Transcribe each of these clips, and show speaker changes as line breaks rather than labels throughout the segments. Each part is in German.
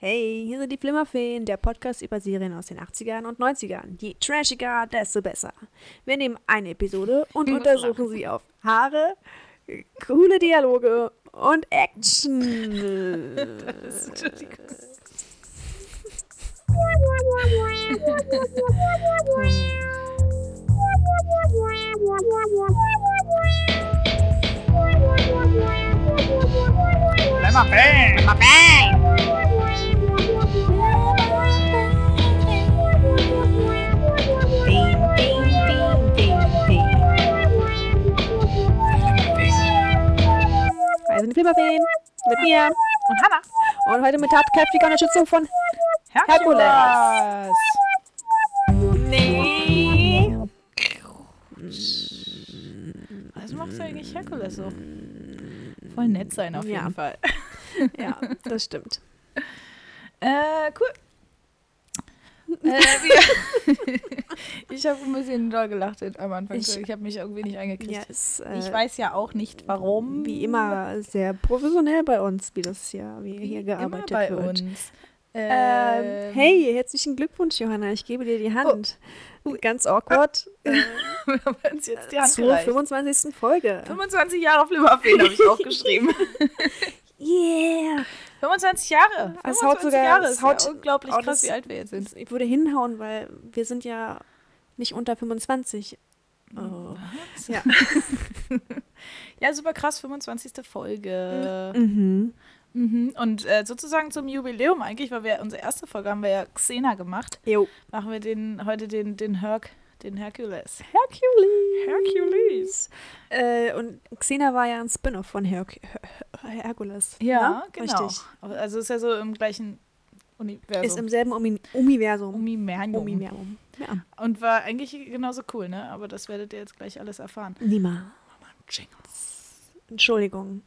Hey, hier sind die Flimmerfeen, der Podcast über Serien aus den 80ern und 90ern. Je trashiger, desto besser. Wir nehmen eine Episode und
Ich muss
untersuchen sie auf Haare, coole Dialoge und Action. Also die Flimmerfeen mit mir
Und Hannah.
und heute mit tatkräftiger Unterstützung von
Herkules.
Nee.
Was macht Also eigentlich Herkules so? Voll nett sein auf
Ja.
jeden Fall.
Ja, das stimmt.
Äh, cool. äh, wir- ich habe ein bisschen doll gelacht am Anfang.
Ich-
Ich, habe mich irgendwie nicht eingekriegt.
Ja, ist, äh,
ich weiß ja auch nicht, warum.
wie immer sehr professionell bei uns, wie das ja wie
Wie
hier
immer
gearbeitet
bei
wird.
uns.
Ähm, hey, herzlichen Glückwunsch, Johanna. Ich gebe dir die Hand. Ganz awkward. Äh,
wir haben uns jetzt die Hand
zur
gereicht.
25. Folge.
25 Jahre Flimmerfeen habe ich aufgeschrieben.
Yeah.
25 Jahre. 25
Es haut sogar-
Jahre.
es
Ist
haut-
ja unglaublich
haut
krass,
es-
wie alt wir jetzt sind.
Ich würde hinhauen, weil wir sind ja nicht unter 25. Oh. Ja.
Ja, super krass, 25. Folge.
Mhm.
Mhm. Und äh, sozusagen zum Jubiläum eigentlich, weil wir unsere erste Folge haben wir ja Xena gemacht,
Jo.
machen wir den, heute den, den Herc, den Hercules.
Hercules.
Hercules.
Äh, und Xena war ja ein Spin-off von Her Her Hercules.
Ja,
ne?
genau.
Richtig.
Also ist ja so im gleichen Universum.
Ist im selben Umi Universum.
Universum.
Universum. Ja.
Und war eigentlich genauso cool, ne? Aber das werdet ihr jetzt gleich alles erfahren.
Nima.
Jingle.
Entschuldigung.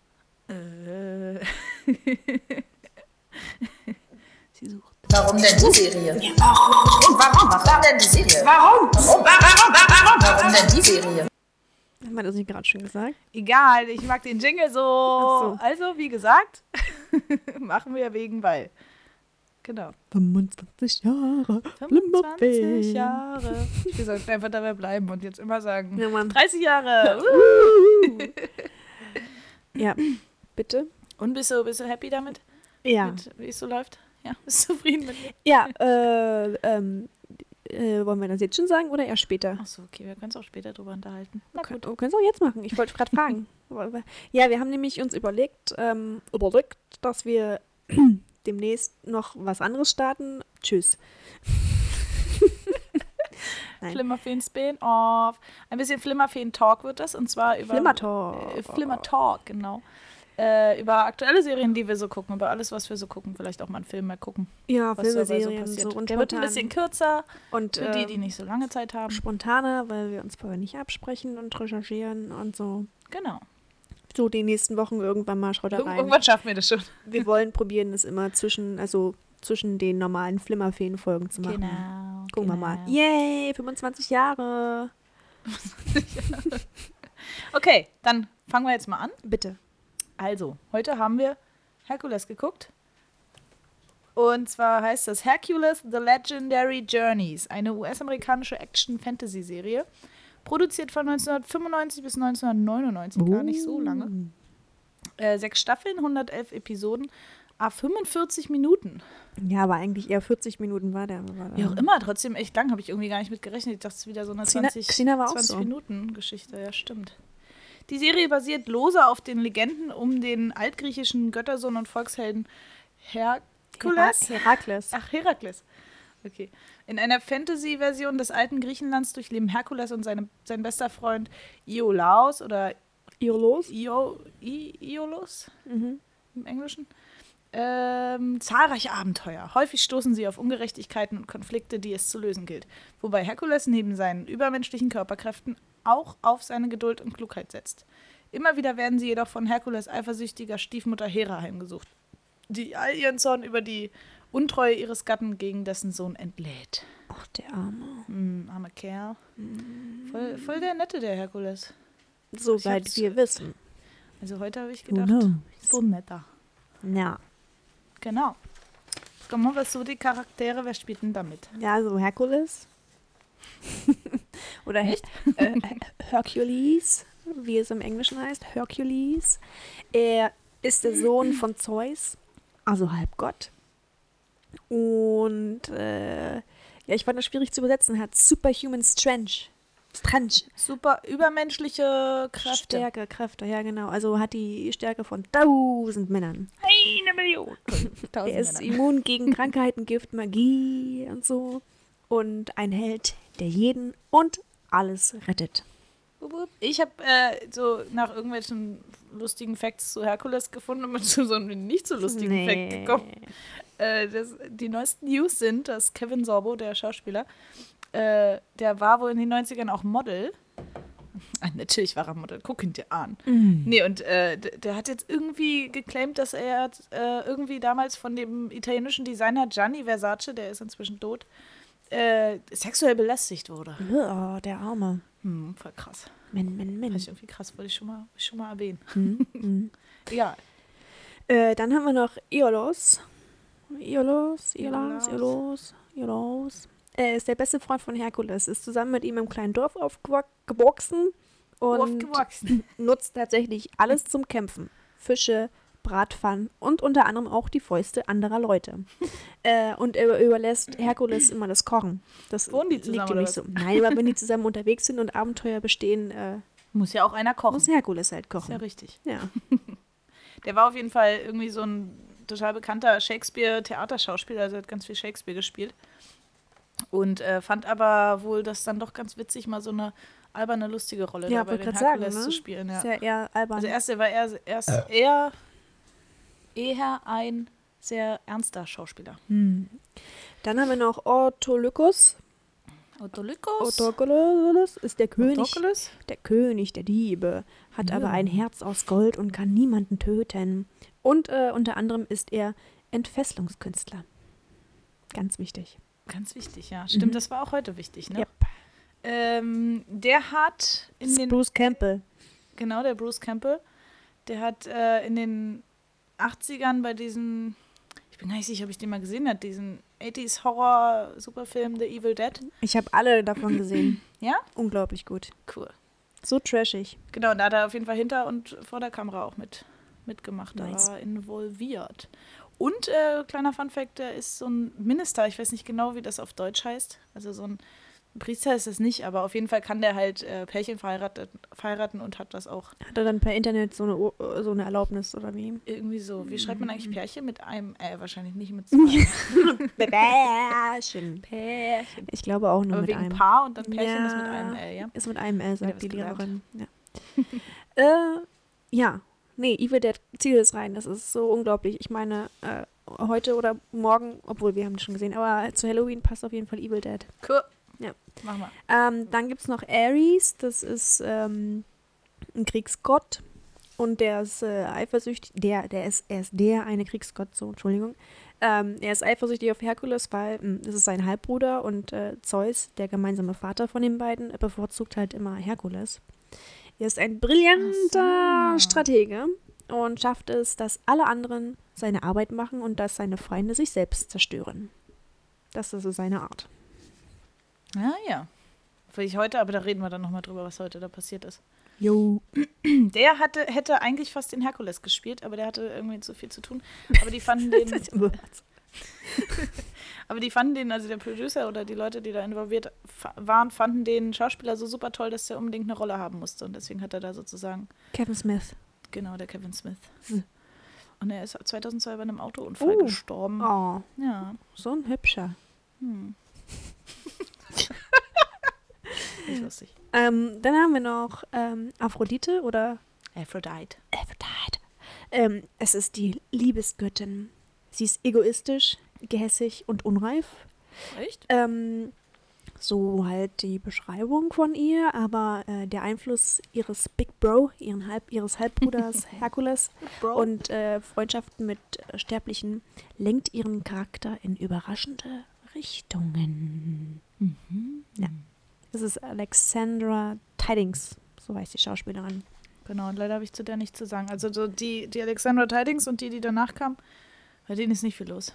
Äh. Sie sucht.
Warum denn die Serie? Warum? Warum denn die Serie? Warum? Warum? Warum? Warum? Warum denn die Serie?
Haben wir das nicht gerade schon gesagt?
Egal, ich mag den Jingle so.
Ach so.
Also, wie gesagt, machen wir wegen weil. Genau.
25 Jahre.
25 Jahre. Wir sollten einfach dabei bleiben und jetzt immer sagen.
Ja, Mann.
30 Jahre. Uh.
ja. Bitte?
Und bist du, bist du happy damit?
Ja.
Mit, wie es so läuft? Ja, bist du zufrieden mit mir?
Ja, äh, ähm, äh, wollen wir das jetzt schon sagen oder erst später?
Achso, okay, wir können es auch später drüber unterhalten. Na
Kön
gut.
können es auch jetzt machen. Ich wollte gerade fragen. Aber- aber- Ja, wir haben nämlich uns überlegt, ähm, überlegt, dass wir demnächst noch was anderes starten. Tschüss. Nein.
Flimmerfeen Spin-Off. Ein bisschen Flimmerfeen-Talk wird das und zwar über.
Flimmertor.
Äh, Flimmer Talk, genau. Äh, über aktuelle Serien, die wir so gucken, über alles, was wir so gucken. Vielleicht auch mal einen Film mal gucken,
Ja,
was
Filme,
dabei
Serien,
so
so,
passiert.
und
Der wird ein
spontan.
bisschen kürzer
und
für die, die
ähm,
nicht so lange Zeit haben.
spontaner, weil wir uns vorher nicht absprechen und recherchieren und so.
Genau.
So die nächsten Wochen irgendwann mal schaut da
Irg
rein.
irgendwann schaffen wir das schon.
Wir wollen probieren, es immer zwischen, also zwischen den normalen Flimmerfeen-Folgen zu machen.
Genau.
Gucken wir
genau.
mal. Yay, 25 Jahre.
Okay, dann fangen wir jetzt mal an.
Bitte.
Also, heute haben wir Hercules geguckt. Und zwar heißt das Hercules The Legendary Journeys, eine US-amerikanische Action-Fantasy-Serie. Produziert von 1995 bis 1999, gar nicht so lange. Äh, sechs Staffeln, 111 Episoden, a 45 Minuten.
Ja, aber eigentlich eher 40 Minuten war der. War der.
Wie auch immer, trotzdem echt lang, habe ich irgendwie gar nicht mit gerechnet. Ich dachte, es ist wieder so eine
Xena-
20,
Xena war auch
20
so.
Minuten Geschichte, ja, stimmt. Die Serie basiert lose auf den Legenden um den altgriechischen Göttersohn und Volkshelden Herkules.
Herak- Herakles.
Ach, Herakles. Okay. In einer Fantasy-Version des alten Griechenlands durchleben Herkules und seine, sein bester Freund Iolaos oder
Iolos?
Io, I, Iolos im Englischen. Ähm, zahlreiche Abenteuer. Häufig stoßen sie auf Ungerechtigkeiten und Konflikte, die es zu lösen gilt. Wobei Herkules neben seinen übermenschlichen Körperkräften auch auf seine Geduld und Klugheit setzt. Immer wieder werden sie jedoch von Herkules eifersüchtiger Stiefmutter Hera heimgesucht, die all ihren Zorn über die Untreue ihres Gatten gegen dessen Sohn entlädt.
Ach, der Arme.
Hm, armer Kerl. Voll, voll der Nette, der Herkules.
Soweit
hab's-
wir wissen.
Also heute habe ich
Who
gedacht,
knows?
so ein netter.
Na,
Genau. comment, was so die Charaktere, wer spielt denn damit?
Ja, so Herkules. Oder Her äh, Hercules, wie es im Englischen heißt, Hercules. Er ist der Sohn von Zeus, also Halbgott. Und äh, ja, ich fand das schwierig zu übersetzen. Er hat Superhuman Strength. Strength.
Super übermenschliche Kräfte.
Stärke, Kräfte, ja genau. Also hat die Stärke von tausend Männern.
Eine Million. Tausend
Er ist
Männer.
immun gegen Krankheiten, Gift, Magie und so. Und ein Held, der jeden und alles rettet.
Wup, wup. Ich habe äh, so nach irgendwelchen lustigen Facts zu Herkules gefunden und bin zu so einem nicht so lustigen Fact gekommen. äh, das, die neuesten News sind, dass Kevin Sorbo, der Schauspieler, äh, der war wohl in den 90ern auch Model. Ah, Natürlich war er Model, guck ihn dir an.
Mm.
Nee, und äh, d- der hat jetzt irgendwie geclaimt, dass er äh, irgendwie damals von dem italienischen Designer Gianni Versace, der ist inzwischen tot, äh, sexuell belästigt wurde.
Oh, der Arme.
Hm, voll krass.
Min, min, min. Mm,
Fand ich irgendwie krass, wollte ich schon mal, schon mal erwähnen. Egal.
Äh, dann haben wir noch Iolos. Iolos, Iolas,
Iolas.
Iolos, Iolos. Er ist der beste Freund von Herkules, ist zusammen mit ihm im kleinen Dorf aufgewachsen und
Aufgewachsen.
nutzt tatsächlich alles zum Kämpfen. Fische, Bratpfannen und unter anderem auch die Fäuste anderer Leute. äh, und er überlässt Herkules immer das Kochen. Das
Wohnen die
liegt
zusammen
ihm
oder
nicht
was?
so. Nein, aber wenn die zusammen unterwegs sind und Abenteuer bestehen, äh,
Muss ja auch einer kochen.
muss Herkules halt
Ist ja
kochen.
richtig.
Ja.
Der war auf jeden Fall irgendwie so ein total bekannter Shakespeare-Theaterschauspieler, also hat ganz viel Shakespeare gespielt. Und äh, fand aber wohl das dann doch ganz witzig, mal so eine alberne, lustige Rolle
Ja,
da bei
wollte
den
gerade sagen,
Herkules
ne?
zu spielen. Ja.
Ist ja eher albern.
Also erst, er war eher, erst eher, eher ein sehr ernster Schauspieler.
Hm. Dann haben wir noch Ortholykos.
Autolykos?
Ortholykos ist der König,
Autolykos?
der König der Diebe, hat aber ein Herz aus Gold und kann niemanden töten. Und äh, unter anderem ist er Entfesselungskünstler. Ganz wichtig.
Ganz wichtig, ja. Stimmt, das war auch heute wichtig, ne?
Yep.
Ähm, der hat in
Ist
den
Bruce Campbell.
Genau, der Bruce Campbell. Der hat äh, in den 80ern bei diesem, ich bin gar nicht sicher, ob ich den mal gesehen habe, diesen 80s Horror-Superfilm The Evil Dead.
Ich habe alle davon gesehen.
Ja?
Unglaublich gut.
Cool.
So trashig.
Genau, da hat er auf jeden Fall hinter und vor der Kamera auch mit, mitgemacht.
Nice.
Da war er involviert. Und äh, kleiner Funfact, der ist so ein Minister, ich weiß nicht genau, wie das auf Deutsch heißt. Also so ein Priester ist es nicht, aber auf jeden Fall kann der halt äh, Pärchen verheiratet, verheiraten und hat das auch
Hat er dann per Internet so eine, Ur- äh, so eine Erlaubnis oder wie?
irgendwie so. Wie schreibt man
Mhm.
eigentlich Pärchen mit einem? Äh, wahrscheinlich nicht mit zwei.
Pärchen.
Pärchen.
Ich glaube auch nur
Aber
mit
wegen
einem.
Paar und dann Pärchen ist mit
Ja.
einem L, ja?
Ist mit einem L,
was
sagt die
gelernt.
Lehrerin. Ja. äh, ja, nee, Evil Dead zieht es rein. Das ist so unglaublich. Ich meine, äh, heute oder morgen, obwohl wir haben es schon gesehen, aber zu Halloween passt auf jeden Fall Evil Dead.
Cool.
Ja.
Mach mal.
Ähm, dann gibt es noch Ares, das ist ähm, ein Kriegsgott. Und der ist äh, eifersüchtig, der, der ist, er ist der eine Kriegsgott, so, Entschuldigung. Ähm, er ist eifersüchtig auf Herkules, weil mh, das ist sein Halbbruder und äh, Zeus, der gemeinsame Vater von den beiden, bevorzugt halt immer Herkules. Er ist ein brillanter
Ach so.
Stratege und schafft es, dass alle anderen seine Arbeit machen und dass seine Feinde sich selbst zerstören. Das ist so seine Art.
Ah ja. Vielleicht heute, aber da reden wir dann nochmal drüber, was heute da passiert ist.
Jo.
Der hatte, hätte eigentlich fast den Herkules gespielt, aber der hatte irgendwie zu viel zu tun. Aber die fanden den, aber die fanden den, also der Producer oder die Leute, die da involviert fa- waren, fanden den Schauspieler so super toll, dass der unbedingt eine Rolle haben musste. Und deswegen hat er da sozusagen
Kevin Smith.
Genau, der Kevin Smith.
Hm.
Und er ist 2002 bei einem Autounfall
Oh.
gestorben.
Oh,
Ja.
so ein hübscher.
Hm. Nicht lustig.
Ähm, dann haben wir noch ähm, Aphrodite oder
Aphrodite.
Aphrodite. Ähm, es ist die Liebesgöttin. Sie ist egoistisch, gehässig und unreif.
Echt?
Ähm, so halt die Beschreibung von ihr, aber äh, der Einfluss ihres Big Bro, ihren Halb, ihres Halbbruders Herkules
Bro.
und äh, Freundschaften mit äh, Sterblichen lenkt ihren Charakter in überraschende Richtungen.
Mhm.
Ja. Das ist Alexandra Tidings, so heißt die Schauspielerin.
Genau, und leider habe ich zu der nichts zu sagen. Also so die, die Alexandra Tidings und die, die danach kam, bei denen ist nicht viel los.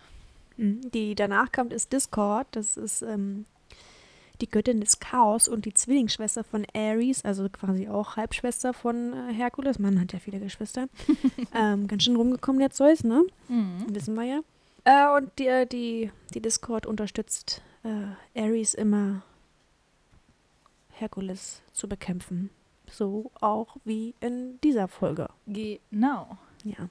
Mhm. Die danach kommt, ist Discord. Das ist ähm, die Göttin des Chaos und die Zwillingsschwester von Ares, also quasi auch Halbschwester von äh, Herkules. Man hat ja viele Geschwister. ähm, ganz schön rumgekommen, der Zeus, ne?
Mhm.
Wissen wir ja. Äh, und die, äh, die, die Discord unterstützt äh, Ares immer, Herkules zu bekämpfen. So auch wie in dieser Folge.
Genau.
Ja.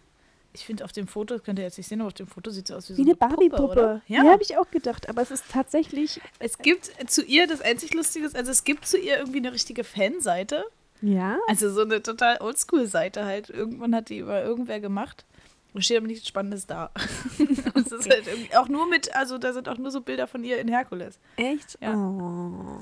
Ich finde auf dem Foto, das könnt ihr jetzt nicht sehen, aber auf dem Foto sieht sie aus wie,
Wie
so
eine
oder?
Barbie-Puppe.
Ja.
Die habe ich auch gedacht, aber es ist tatsächlich.
Es gibt zu ihr das einzig Lustige, ist, also es gibt zu ihr irgendwie eine richtige Fanseite.
Ja.
Also so eine total Oldschool-Seite halt. Irgendwann hat die über irgendwer gemacht. Da steht aber nichts Spannendes da. Es ist halt irgendwie auch nur mit, also da sind auch nur so Bilder von ihr in Herkules.
Echt?
Ja.
Oh.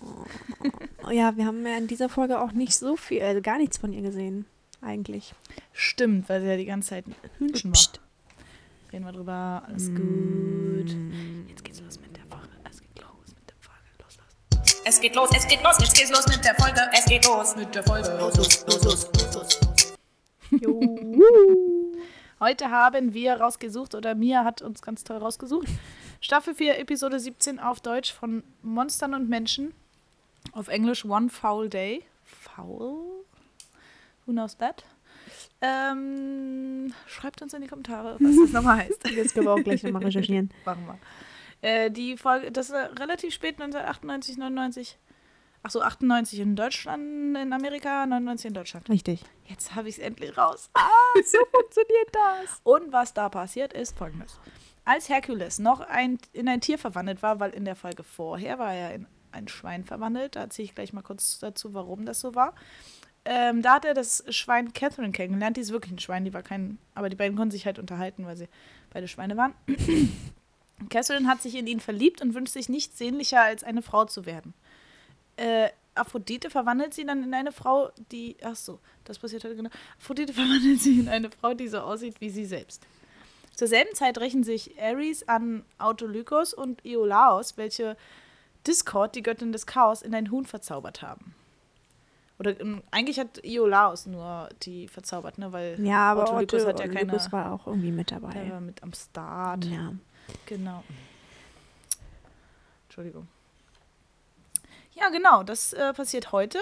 ja, wir haben ja in dieser Folge auch nicht so viel, also gar nichts von ihr gesehen, eigentlich.
Stimmt, weil sie ja die ganze Zeit ein Hühnchen war.
Psst. Mm.
Reden wir drüber. Alles gut. Mm. Jetzt geht's los mit der Frage. Es geht los mit der Frage. Los, los.
Es geht los, es geht los, jetzt geht's los mit der Folge. Es geht los mit der Folge. Los, los, los, los, los, los.
Jo.
Heute haben wir rausgesucht, oder Mia hat uns ganz toll rausgesucht, Staffel 4, Episode 17 auf Deutsch von Monstern und Menschen. Auf Englisch One Foul Day. Foul? Who knows that? Ähm, schreibt uns in die Kommentare, was das nochmal heißt.
Jetzt können wir auch gleich nochmal recherchieren.
Machen wir. Äh, die Folge, das ist relativ spät, 1998, 99. Achso, 98 in Deutschland, in Amerika, 99 in Deutschland.
Richtig.
Jetzt habe ich es endlich raus. Ah,
So funktioniert das.
Und was da passiert, ist folgendes. Als Herkules noch ein, in ein Tier verwandelt war, weil in der Folge vorher war er in ein Schwein verwandelt, da erzähle ich gleich mal kurz dazu, warum das so war. Ähm, da hat er das Schwein Catherine kennengelernt, die ist wirklich ein Schwein, die war kein, aber die beiden konnten sich halt unterhalten, weil sie beide Schweine waren. Catherine hat sich in ihn verliebt und wünscht sich nichts sehnlicher, als eine Frau zu werden. Äh, Aphrodite verwandelt sie dann in eine Frau, die. Ach so, das passiert heute genau. Aphrodite verwandelt sie in eine Frau, die so aussieht wie sie selbst. Zur selben Zeit rächen sich Ares an Autolykos und Iolaos, welche Discord, die Göttin des Chaos, in ein Huhn verzaubert haben. Oder ähm, eigentlich hat Iolaos nur die verzaubert, ne? Weil
Ja, aber
Autolykos
Otto
hat ja keine.
Autolycus war auch irgendwie mit
der
dabei.
war mit am Start.
Ja.
Genau.
Mhm.
Entschuldigung. Ja, genau, das äh, passiert heute.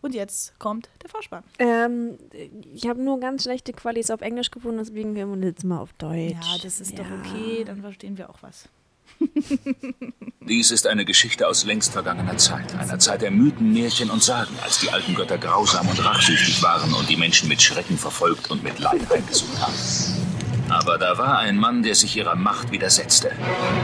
Und jetzt kommt der Vorspann.
Ähm, ich habe nur ganz schlechte Qualis auf Englisch gefunden, deswegen gehen wir jetzt mal auf Deutsch.
Ja, das ist doch
Ja.
okay, dann verstehen wir auch was.
Dies ist eine Geschichte aus längst vergangener Zeit, einer Zeit der Mythen, Märchen und Sagen, als die alten Götter grausam und rachsüchtig waren und die Menschen mit Schrecken verfolgt und mit Leid heimgesucht haben. Aber da war ein Mann, der sich ihrer Macht widersetzte.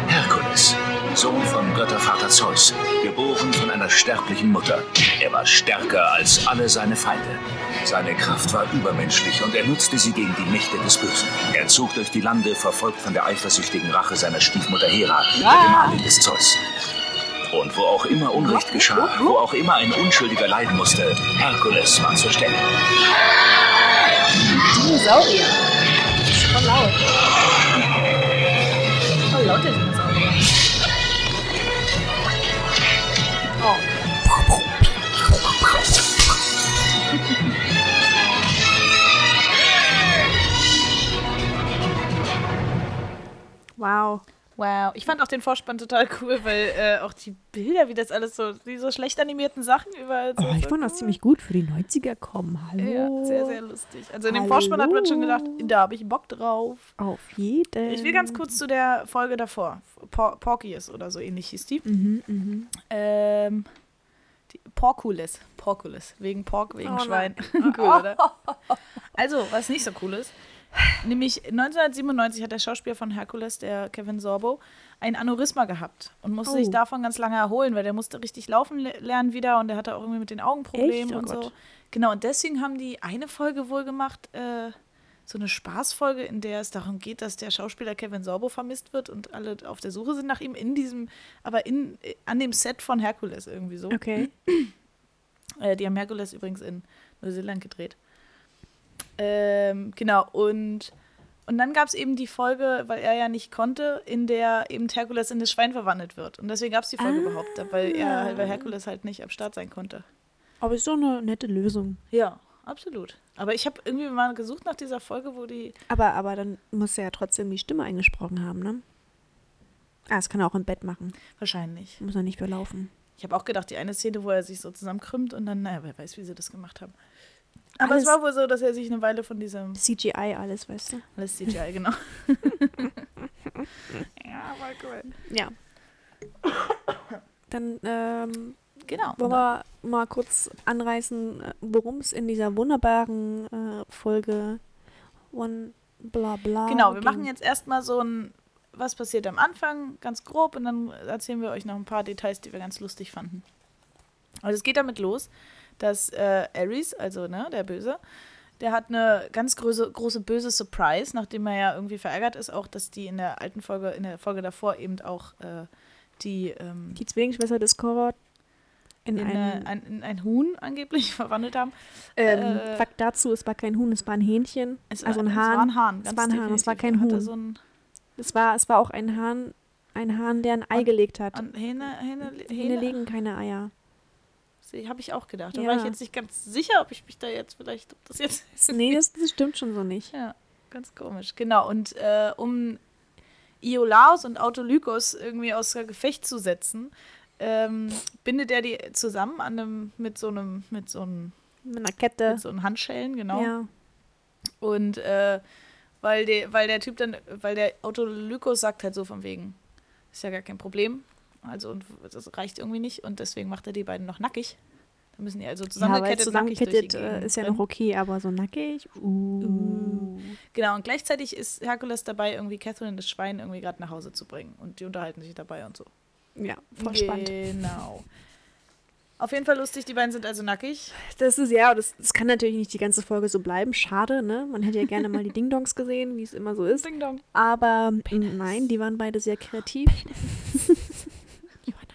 Herkules, Sohn von Göttervater Zeus, geboren von einer sterblichen Mutter. Er war stärker als alle seine Feinde. Seine Kraft war übermenschlich und er nutzte sie gegen die Mächte des Bösen. Er zog durch die Lande, verfolgt von der eifersüchtigen Rache seiner Stiefmutter Hera, dem Gemahlin des Zeus. Und wo auch immer Unrecht geschah, wo auch immer ein Unschuldiger leiden musste, Herkules war zur Stelle.
Dinosaurier. Voll laut.
Oh,
Voll laut der Dinosaurier.
Wow.
Wow, ich fand auch den Vorspann total cool, weil äh, auch die Bilder, wie das alles so, die so schlecht animierten Sachen überall so.
Oh, ich
so-
fand das ziemlich gut für die 90er kommen.
ja,
Hallo.
sehr, sehr lustig. Also in dem Vorspann hat man schon gedacht, da habe ich Bock drauf.
Auf jeden.
Ich will ganz kurz zu der Folge davor. Por Porky's oder so ähnlich hieß die. Ähm, die Porkules. Porkules. Wegen Pork, wegen
Oh
Schwein.
nein.
cool, oder? Also, was nicht so cool ist. Nämlich 1997 hat der Schauspieler von Herkules, der Kevin Sorbo, ein Aneurysma gehabt und musste
Oh.
sich davon ganz lange erholen, weil der musste richtig laufen le- lernen wieder und der hatte auch irgendwie mit den Augen Problem
Echt? Oh
und so.
Gott.
Genau, und deswegen haben die eine Folge wohl gemacht, äh, so eine Spaßfolge, in der es darum geht, dass der Schauspieler Kevin Sorbo vermisst wird und alle auf der Suche sind nach ihm in diesem, aber in, äh, an dem Set von Herkules irgendwie so.
Okay.
Äh, die haben Herkules übrigens in Neuseeland gedreht. Ähm, genau, und, und dann gab es eben die Folge, weil er ja nicht konnte, in der eben Herkules in das Schwein verwandelt wird. Und deswegen gab es die Folge überhaupt, weil, er, weil Herkules halt nicht am Start sein konnte.
Aber ist doch eine nette Lösung.
Ja, absolut. Aber ich habe irgendwie mal gesucht nach dieser Folge, wo die.
Aber, aber dann muss er ja trotzdem die Stimme eingesprochen haben, ne? Ah, das kann er auch im Bett machen.
Wahrscheinlich.
Muss er nicht überlaufen.
Ich habe auch gedacht, die eine Szene, wo er sich so zusammenkrümmt und dann, naja, wer weiß, wie sie das gemacht haben. Aber
Alles-
es war wohl so, dass er sich eine Weile von diesem
CGI alles, weißt du?
alles CGI, genau. ja, war cool.
Ja. Dann ähm,
Genau.
wollen wir mal kurz anreißen, äh, worum es in dieser wunderbaren äh, Folge One Bla Bla
Genau, wir
ging.
machen jetzt erstmal so ein, was passiert am Anfang, ganz grob, und dann erzählen wir euch noch ein paar Details, die wir ganz lustig fanden. Also es geht damit los, dass äh, Ares, also ne, der Böse, der hat eine ganz große, große böse Surprise, nachdem er ja irgendwie verärgert ist, auch dass die in der alten Folge, in der Folge davor eben auch äh, die ähm,
die Zwillingsschwester des Korod in,
in,
einen,
äh, ein, in ein Huhn angeblich verwandelt haben.
ähm,
äh,
Fakt dazu, es war kein Huhn, es war ein Hähnchen.
Es
also ein
war-
Hahn.
Es war ein Hahn,
Es war ein Hahn, es war kein
definitiv. Hatte
Huhn.
So ein,
Es war, es war auch ein Hahn, ein Hahn, der ein Ei
Und-
gelegt hat.
an Hähne, Hähne, Hähne,
Hähne legen keine Eier.
Habe ich auch gedacht. Da
Ja.
war ich jetzt nicht ganz sicher, ob ich mich da jetzt vielleicht, ob das jetzt.
Nee, das, das stimmt schon so nicht.
Ja, ganz komisch. Genau. Und äh, um Iolaos und Autolykos irgendwie außer Gefecht zu setzen, ähm, bindet er die zusammen an einem, mit so einem, mit so einem,
Mit einer Kette.
mit so einem Handschellen, genau.
Ja.
Und äh, weil, der, weil der Typ dann, weil der Autolykos sagt halt so von wegen, ist ja gar kein Problem. Also und das reicht irgendwie nicht und deswegen macht er die beiden noch nackig. Da müssen die also
ja, weil
zusammengekettet, nackig durch die
zusammengekettet äh,
Gegend
ist ja
rennen.
noch okay, aber so nackig. Uh.
Genau, und gleichzeitig ist Herkules dabei, irgendwie Catherine das Schwein irgendwie gerade nach Hause zu bringen. Und die unterhalten sich dabei und so.
Ja, voll spannend.
Genau. Auf jeden Fall lustig, die beiden sind also nackig.
Das ist ja, das, das kann natürlich nicht die ganze Folge so bleiben. Schade, ne? Man hätte ja gerne mal die Ding-Dongs gesehen, wie es immer so ist.
Ding dong.
Aber ähm, nein, die waren beide sehr kreativ. Johanna.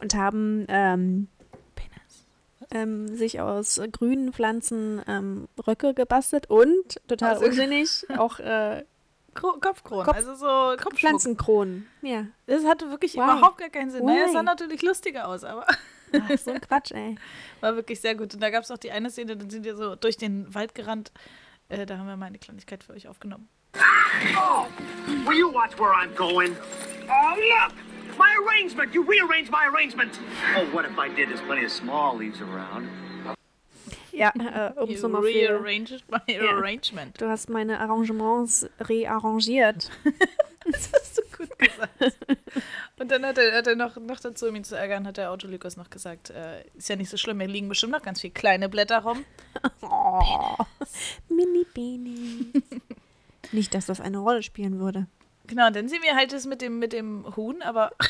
Und haben ähm,
Penis.
ähm, sich aus äh, grünen Pflanzen ähm, Röcke gebastelt und, total
Also-
unsinnig, auch äh,
Kro Kopfkronen,
Kopf-
also so Kopfschmuck.
Pflanzenkronen. Ja,
Das hatte wirklich
Why?
überhaupt gar keinen Sinn. Naja, es sah
Why?
natürlich lustiger aus, aber
Ach, so ein Quatsch, ey.
war wirklich sehr gut. Und da gab es auch die eine Szene, dann sind wir so durch den Wald gerannt. Äh, da haben wir mal eine Kleinigkeit für euch aufgenommen.
Oh, Will you watch where I'm going? Oh, look! My arrangement! You rearranged my arrangement! Oh, what if I did? There's plenty of small leaves around.
Ja, äh, um es
You
nochmal für...
rearranged my
Ja.
arrangement.
Du hast meine Arrangements rearrangiert.
Das hast du gut gesagt. Und dann hat er, hat er noch, noch dazu, um ihn zu ärgern, hat der Autolykos noch gesagt, äh, ist ja nicht so schlimm, hier liegen bestimmt noch ganz viele kleine Blätter rum.
Mini Penis. Nicht, dass das eine Rolle spielen würde.
Genau, und dann sehen wir halt das mit dem, mit dem Huhn, aber...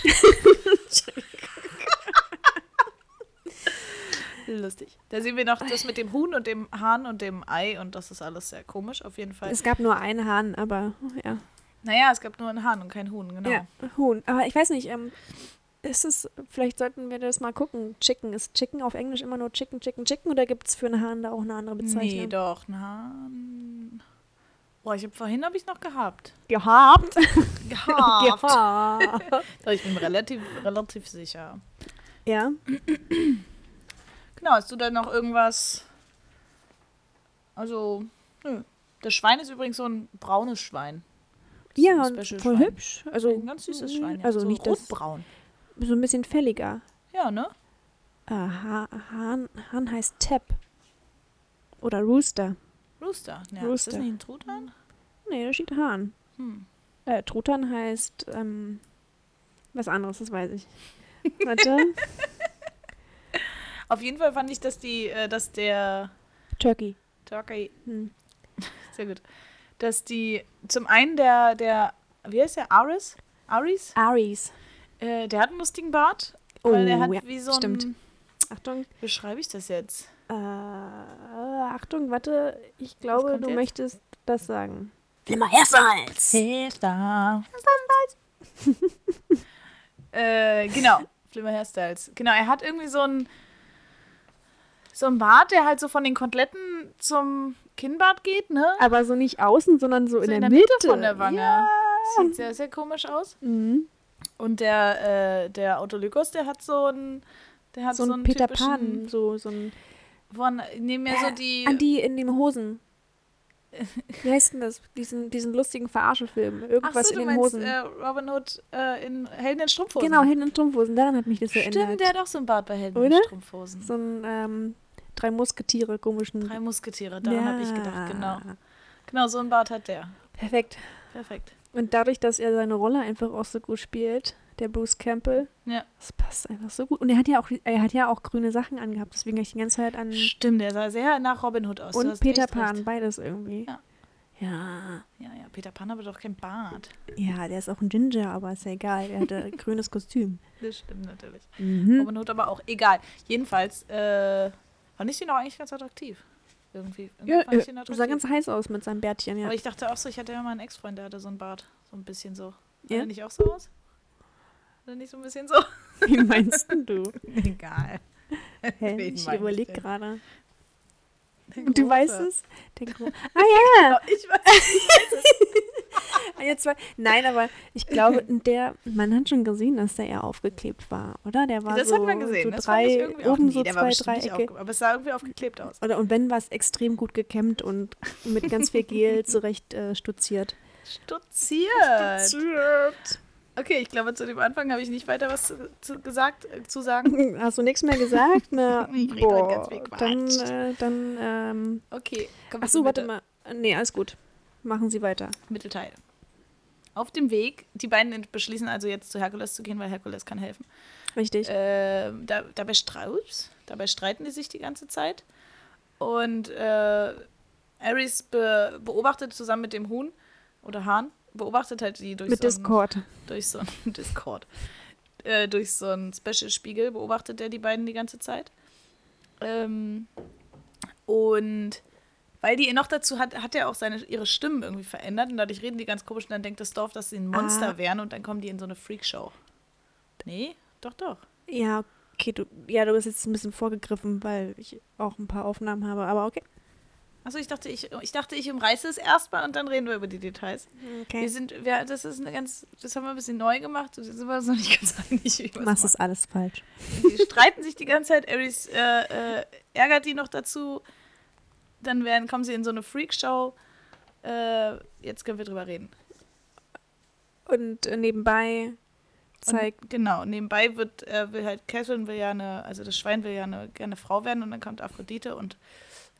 Lustig. Da sehen wir noch das mit dem Huhn und dem Hahn und dem Ei und das ist alles sehr komisch auf jeden Fall.
Es gab nur einen Hahn, aber ja.
Naja, es gab nur einen Hahn und kein Huhn, genau.
ja. Huhn. Aber ich weiß nicht, ähm, ist es, vielleicht sollten wir das mal gucken. Chicken. Ist Chicken auf Englisch immer nur Chicken, Chicken, Chicken oder gibt es für einen Hahn da auch eine andere
nee,
Bezeichnung?
doch, ein Hahn... Boah, ich hab, vorhin habe ich noch gehabt.
Gehabt.
Gehabt.
Gehabt.
Doch, ich bin mir relativ, relativ sicher.
ja.
Genau, hast du da noch irgendwas? Also, nö. Das Schwein ist übrigens so ein braunes Schwein. Das ist
Ja,
ein
und
Special
voll
Schwein.
hübsch. Also,
Ein ganz süßes Schwein. Ja.
Also
so
nicht das.
rotbraun.
So ein bisschen fälliger.
Ja, ne?
Äh, ha Hahn, Hahn heißt Tap. Oder Rooster.
Rooster. Ja, Ist
Rooster.
das nicht ein Truthahn?
Nee, da steht Hahn.
Hm.
Äh, Truthahn heißt ähm, was anderes, das weiß ich. Warte.
Auf jeden Fall fand ich, dass die, äh, dass der
Turkey.
Turkey,
Hm.
sehr gut, dass die, zum einen der, der, wie heißt der, Aris? Aris?
Aries.
Äh, der hat einen lustigen Bart.
Oh,
weil der hat
ja,
wie so ein,
stimmt. Achtung.
Wie schreibe ich das jetzt?
Äh, Achtung, warte. Ich glaube,
kommt
du
jetzt?
möchtest das sagen.
Hairstyles. äh, genau, Flimmer Hairstyles. Genau, er hat irgendwie so einen so einen Bart, der halt so von den Koteletten zum Kinnbart geht, ne?
Aber so nicht außen, sondern so, in,
So
der Mitte.
von der Wange.
Ja. Mhm.
Sieht sehr, sehr komisch aus. Und der, äh, der Autolykos, der hat so einen der hat
So
so,
ein
einen
Peter
typischen,
Pan, so, so ein.
Von, nee, mehr so
An die in den Hosen. Wie heißt denn das? Diesen, diesen lustigen Verarschefilm.
Ach
Irgendwas
so, du
in den
meinst
Hosen.
äh, Robin Hood äh, in Helden in Strumpfhosen.
genau, hinten in Strumpfhosen. Daran hat mich das
Stimmt,
erinnert.
der hat auch so einen Bart bei Helden in
Oder?
Strumpfhosen.
So ein ähm, drei Musketiere, komischen.
Drei Musketiere, daran habe ich gedacht, genau.
Ja.
Genau, so einen Bart hat der.
Perfekt.
Perfekt.
Und dadurch, dass er seine Rolle einfach auch so gut spielt, der Bruce Campbell,
Ja.
das passt einfach so gut. Und er hat ja auch, er hat ja auch grüne Sachen angehabt, deswegen habe ich die ganze Zeit an
Stimmt, der sah sehr nach Robin Hood aus. Du
Mhm. und
hast
Peter
echt
Pan,
recht.
beides irgendwie.
Ja.
ja.
Ja, ja, Peter Pan aber doch kein Bart.
Ja, der ist auch ein Ginger, aber ist ja egal. Er hatte grünes Kostüm.
Das stimmt natürlich.
Mhm.
Robin Hood aber auch. Egal. Jedenfalls äh, fand ich den auch eigentlich ganz attraktiv. Irgendwie, irgendwie
Ja,
fand ich
äh,
den
sah
attraktiv.
ganz heiß aus mit seinem Bärtchen, ja.
Aber ich dachte auch so, ich hatte ja mal einen Ex-Freund, der hatte so einen Bart. So ein bisschen so. Sah
Ja?
der nicht auch so aus? Oder nicht so ein bisschen so?
Wie meinst denn du?
Egal.
Hä?
Wen
Ich
meine ich
überlege
denn?
gerade.
Der
Und du
Große.
weißt es? Der Gro ah ja!
Ja, ich weiß.
Ah, Jetzt war, nein, aber ich glaube, der, man hat schon gesehen, dass der eher aufgeklebt war, oder? Der war
Das
so,
hat man gesehen.
so
das fand ich
drei,
irgendwie auch-
oben
nee,
so
der war
zwei
bestimmt nicht
Dreiecke.
aufge- Aber es sah irgendwie aufgeklebt aus.
Oder, und wenn, war es extrem gut gekämmt und mit ganz viel Gel zurecht äh, stutziert.
Stutziert. Okay, ich glaube, zu dem Anfang habe ich nicht weiter was zu, zu, gesagt, äh, zu sagen.
Hast du nichts mehr gesagt? Na,
Ich red heute ganz viel
boah,
Quatsch.
dann, äh, dann, ähm,
Okay, kommen wir
ach so,
zum
warte
Mitte-
mal. Nee, alles gut. Machen Sie weiter.
Mittelteil. Auf dem Weg, die beiden ent- beschließen also jetzt zu Herkules zu gehen, weil Herkules kann helfen.
Richtig.
Ähm, da, dabei, stra- ups, dabei streiten die sich die ganze Zeit. Und äh, Ares be beobachtet zusammen mit dem Huhn oder Hahn, beobachtet halt die durch
Mit
so einen-
Discord.
durch so einen Discord, äh, durch so einen Special-Spiegel beobachtet er die beiden die ganze Zeit. Ähm, und weil die noch dazu hat, hat er auch seine, ihre Stimmen irgendwie verändert und dadurch reden die ganz komisch und dann denkt das Dorf, dass sie ein Monster
Ah.
wären und dann kommen die in so eine Freakshow. Nee, doch, doch.
Ja, okay, du, ja, du bist jetzt ein bisschen vorgegriffen, weil ich auch ein paar Aufnahmen habe, aber okay.
Achso, ich dachte, ich, ich dachte, ich umreiße es erstmal und dann reden wir über die Details. Wir
okay.
sind, wir, das ist eine ganz, das haben wir ein bisschen neu gemacht, da sind wir uns noch nicht ganz einig, wie wir
Du
es
machst
machen.
das alles falsch.
Die streiten sich die ganze Zeit. Aries äh, äh, ärgert die noch dazu. Dann werden, kommen sie in so eine Freakshow. Äh, jetzt können wir drüber reden.
Und äh, nebenbei zeigt.
Und, genau. Nebenbei wird, äh, will halt Catherine will ja eine, also das Schwein will ja eine gerne Frau werden und dann kommt Aphrodite und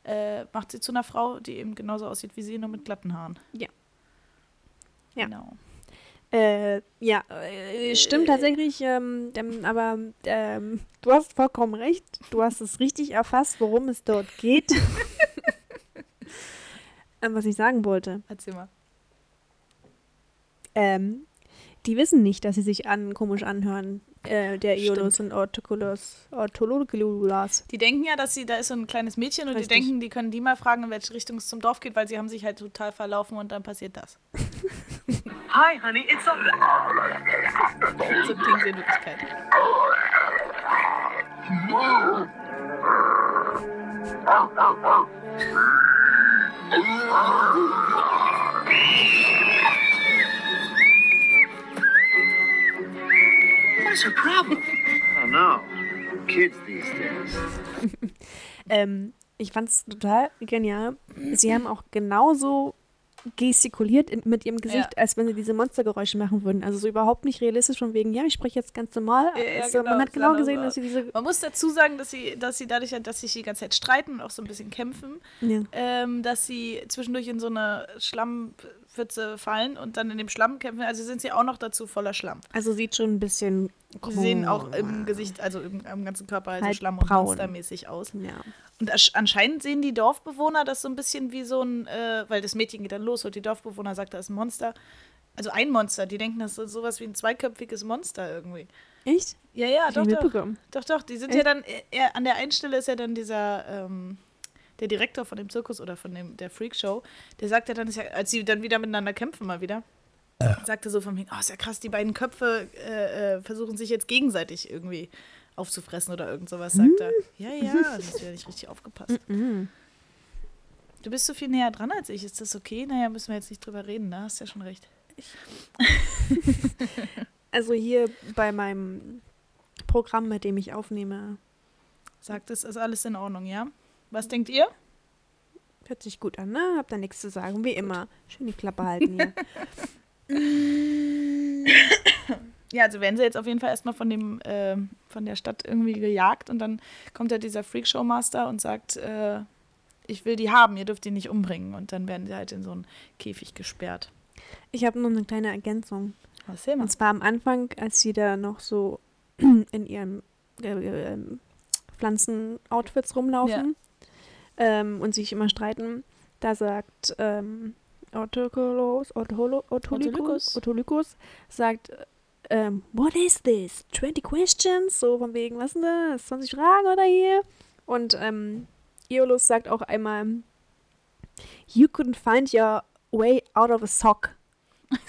äh, macht sie zu einer Frau, die eben genauso aussieht wie sie, nur mit glatten Haaren.
Ja. Ja.
Genau.
Äh, ja, äh, stimmt tatsächlich, ähm, ähm, aber ähm, du hast vollkommen recht. Du hast es richtig erfasst, worum es dort geht. ähm, was ich sagen wollte.
Erzähl mal.
Ähm, die wissen nicht, dass sie sich an komisch anhören. Äh, der Iolus und Ortoculus. Ortologululas.
Die denken ja, dass sie, da ist so ein kleines Mädchen und
Richtig.
die denken, die können die mal fragen, in welche Richtung es zum Dorf geht, weil sie haben sich halt total verlaufen und dann passiert das.
Hi, honey, it's a.
So ein Ding in Wirklichkeit.
What's her problem? I don't know. Kids these days.
Ähm, ich fand es total genial. Sie haben auch genauso gestikuliert in, mit ihrem Gesicht, als wenn sie diese Monstergeräusche machen würden. Also so überhaupt nicht realistisch von wegen, ja, ich spreche jetzt ganz normal.
Ja, ja,
also,
genau,
man hat
es
genau
sah
gesehen,
so
dass sie diese...
Man muss dazu sagen, dass sie, dass sie dadurch, halt, dass sie sich die ganze Zeit streiten und auch so ein bisschen kämpfen,
Ja.
ähm, dass sie zwischendurch in so eine Schlammpfütze fallen und dann in dem Schlamm kämpfen. Also sind sie auch noch dazu voller Schlamm.
Also sieht schon ein bisschen...
Sie sehen auch im Gesicht, also im, am ganzen Körper also
Oh, Halt
Schlamm- und
braun.
Monstermäßig aus.
Ja.
Und asch- anscheinend sehen die Dorfbewohner das so ein bisschen wie so ein, äh, weil das Mädchen geht dann los und die Dorfbewohner sagt, da ist ein Monster. Also ein Monster. Die denken, das ist sowas wie ein zweiköpfiges Monster irgendwie.
Echt?
Ja, ja,
ich nicht
doch, doch.
mitbekommen.
Doch, doch, die sind
Echt?
ja dann, äh, er, an der einen Stelle ist ja dann dieser, ähm, der Direktor von dem Zirkus oder von dem, der Freakshow, der sagt ja dann, ist ja, als sie dann wieder miteinander kämpfen mal wieder, sagte so von wegen, oh, ist ja krass, die beiden Köpfe äh, äh, versuchen sich jetzt gegenseitig irgendwie aufzufressen oder irgend sowas, sagt
Mm.
er. Ja, ja, das ist ja nicht richtig aufgepasst. Du bist so viel näher dran als ich, ist das okay? Naja, müssen wir jetzt nicht drüber reden, da hast ja schon recht.
Also hier bei meinem Programm, mit dem ich aufnehme,
Sagt, es ist alles in Ordnung, ja? Was denkt ihr?
Hört sich gut an, ne? Habt da nichts zu sagen, wie immer. Schön die Klappe halten hier.
Ja, also werden sie jetzt auf jeden Fall erstmal von dem, ähm, von der Stadt irgendwie gejagt und dann kommt ja dieser Freakshow-Master und sagt, äh, ich will die haben, ihr dürft die nicht umbringen. Und dann werden sie halt in so einen Käfig gesperrt.
Ich habe noch eine kleine Ergänzung.
Was sehen
Und zwar am Anfang, als sie da noch so in ihren äh, äh, ähm, Pflanzenoutfits rumlaufen ähm, und sich immer streiten, da sagt ähm, Autolycus,
Autolycus.
Autolycus sagt, äh, ähm, what is this? 20 questions? So von wegen, was ist denn das? 20 Fragen oder hier? Und ähm, Iolus sagt auch einmal, you couldn't find your way out of a sock.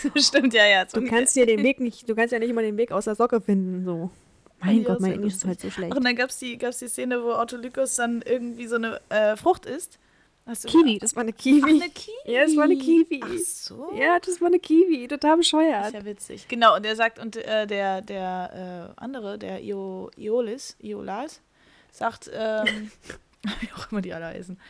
wir? Stimmt, ja, ja.
Du kannst dir den Weg nicht, du kannst ja nicht immer den Weg aus der Socke finden, so. Mein
Ja,
Gott, mein
sehr
Englisch ist halt so
Ach,
schlecht.
und dann gab es die, gab's die Szene, wo Autolycus dann irgendwie so eine äh, Frucht isst. Hast du
Kiwi, das war eine Kiwi.
Ach, eine Kiwi.
Ja, das war eine Kiwi.
Ach so.
Ja, das war eine Kiwi, total
Ist
bescheuert.
ja witzig. Genau, und er sagt, und äh, der, der äh, andere, der Io, Iolis, Iolas, sagt, ähm, wie auch immer die alle heißen,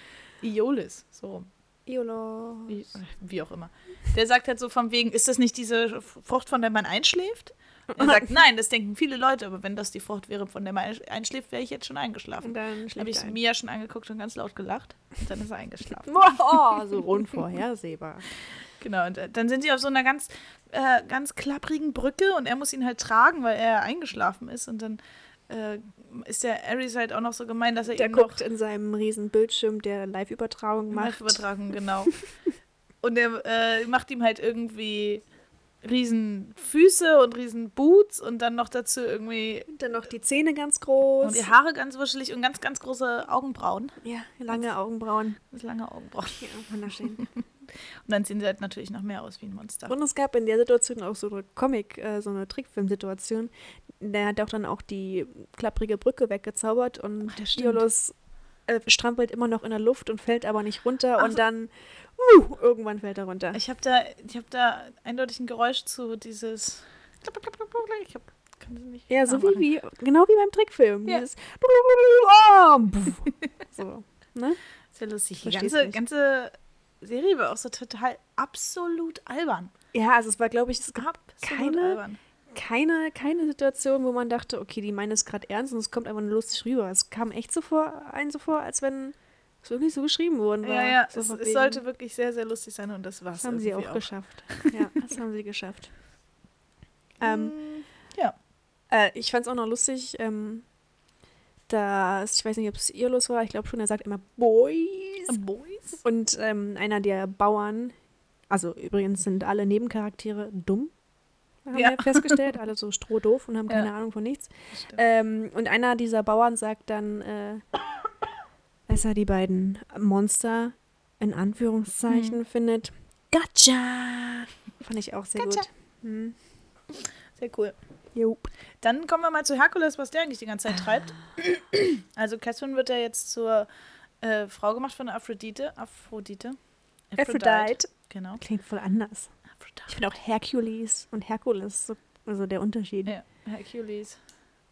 Iolis, so rum.
Iolo.
Wie, wie auch immer. Der sagt halt so von wegen, ist das nicht diese Frucht, von der man einschläft? Und Er sagt, nein, das denken viele Leute, aber wenn das die Frucht wäre, von der man einsch- einschläft, wäre ich jetzt schon
Und
eingeschlafen.
dann
Habe ich
schläft er ein.
Mia schon angeguckt und ganz laut gelacht. Und dann ist er eingeschlafen.
Boah, Oh, so unvorhersehbar.
genau, und äh, dann sind sie auf so einer ganz, äh, ganz klapprigen Brücke und er muss ihn halt tragen, weil er eingeschlafen ist. Und dann äh, ist der Ares halt auch noch so gemein, dass er
Der
ihm noch
guckt in seinem riesen Bildschirm, der Live-Übertragung macht.
Live-Übertragung, genau. und er äh, macht ihm halt irgendwie riesen Füße und riesen Boots und dann noch dazu irgendwie
Und dann noch die Zähne ganz
und
groß.
die Haare ganz wuschelig und ganz, ganz große Augenbrauen.
Ja, lange Augenbrauen.
Ganz lange Augenbrauen.
Ja, wunderschön.
Und dann sehen sie halt natürlich noch mehr aus wie ein Monster.
Und es gab in der Situation auch so eine Comic, äh, so eine Trickfilm-Situation. Der hat auch dann auch die klapprige Brücke weggezaubert und
Ach, das stimmt.
Iolus äh, strampelt immer noch in der Luft und fällt aber nicht runter
Ach
und
so.
dann uh, irgendwann fällt er runter.
Ich habe da, ich hab da eindeutig ein Geräusch zu dieses. Ich hab, kann das nicht
Ja, so wie,
nachmachen.
wie, genau wie beim Trickfilm.
Ja.
Dieses Ah, pff. so. Ne?
Sehr lustig. Die
Verstehst
ganze,
nicht.
ganze Serie war auch so total absolut albern.
Ja, also es war, glaube ich, es gab
Absolut
keine- keine, keine Situation, wo man dachte, okay, die meinen es gerade ernst und es kommt einfach nur lustig rüber. Es kam echt so vor, ein so vor, als wenn es wirklich so geschrieben worden war.
Ja, ja,
so
es,
von
es
wegen,
sollte wirklich sehr, sehr lustig sein und das war's.
Das haben sie
irgendwie
auch geschafft. Ja, das haben sie geschafft. Ähm,
Mm, ja.
äh, ich fand es auch noch lustig, ähm, dass, ich weiß nicht, ob es ihr los war, ich glaube schon, er sagt immer Boys.
Äh, Boys?
Und ähm, einer der Bauern, also übrigens sind alle Nebencharaktere dumm, haben
Ja.
wir festgestellt, alle so strohdoof und haben keine
Ja.
Ahnung von nichts.
stimmt.
Ähm, und einer dieser Bauern sagt dann, äh, dass er die beiden Monster in Anführungszeichen
Hm.
findet. Gotcha! Fand ich auch sehr
Gotcha.
gut. Hm.
Sehr cool.
Jo.
Dann kommen wir mal zu Herkules, was der eigentlich die ganze Zeit treibt. Also Catherine wird ja jetzt zur äh, Frau gemacht von Aphrodite. Aphrodite.
Aphrodite.
Genau.
Klingt voll anders. Ich
Aphrodite.
finde auch Hercules und Herkules, so, also der Unterschied.
Ja, Hercules.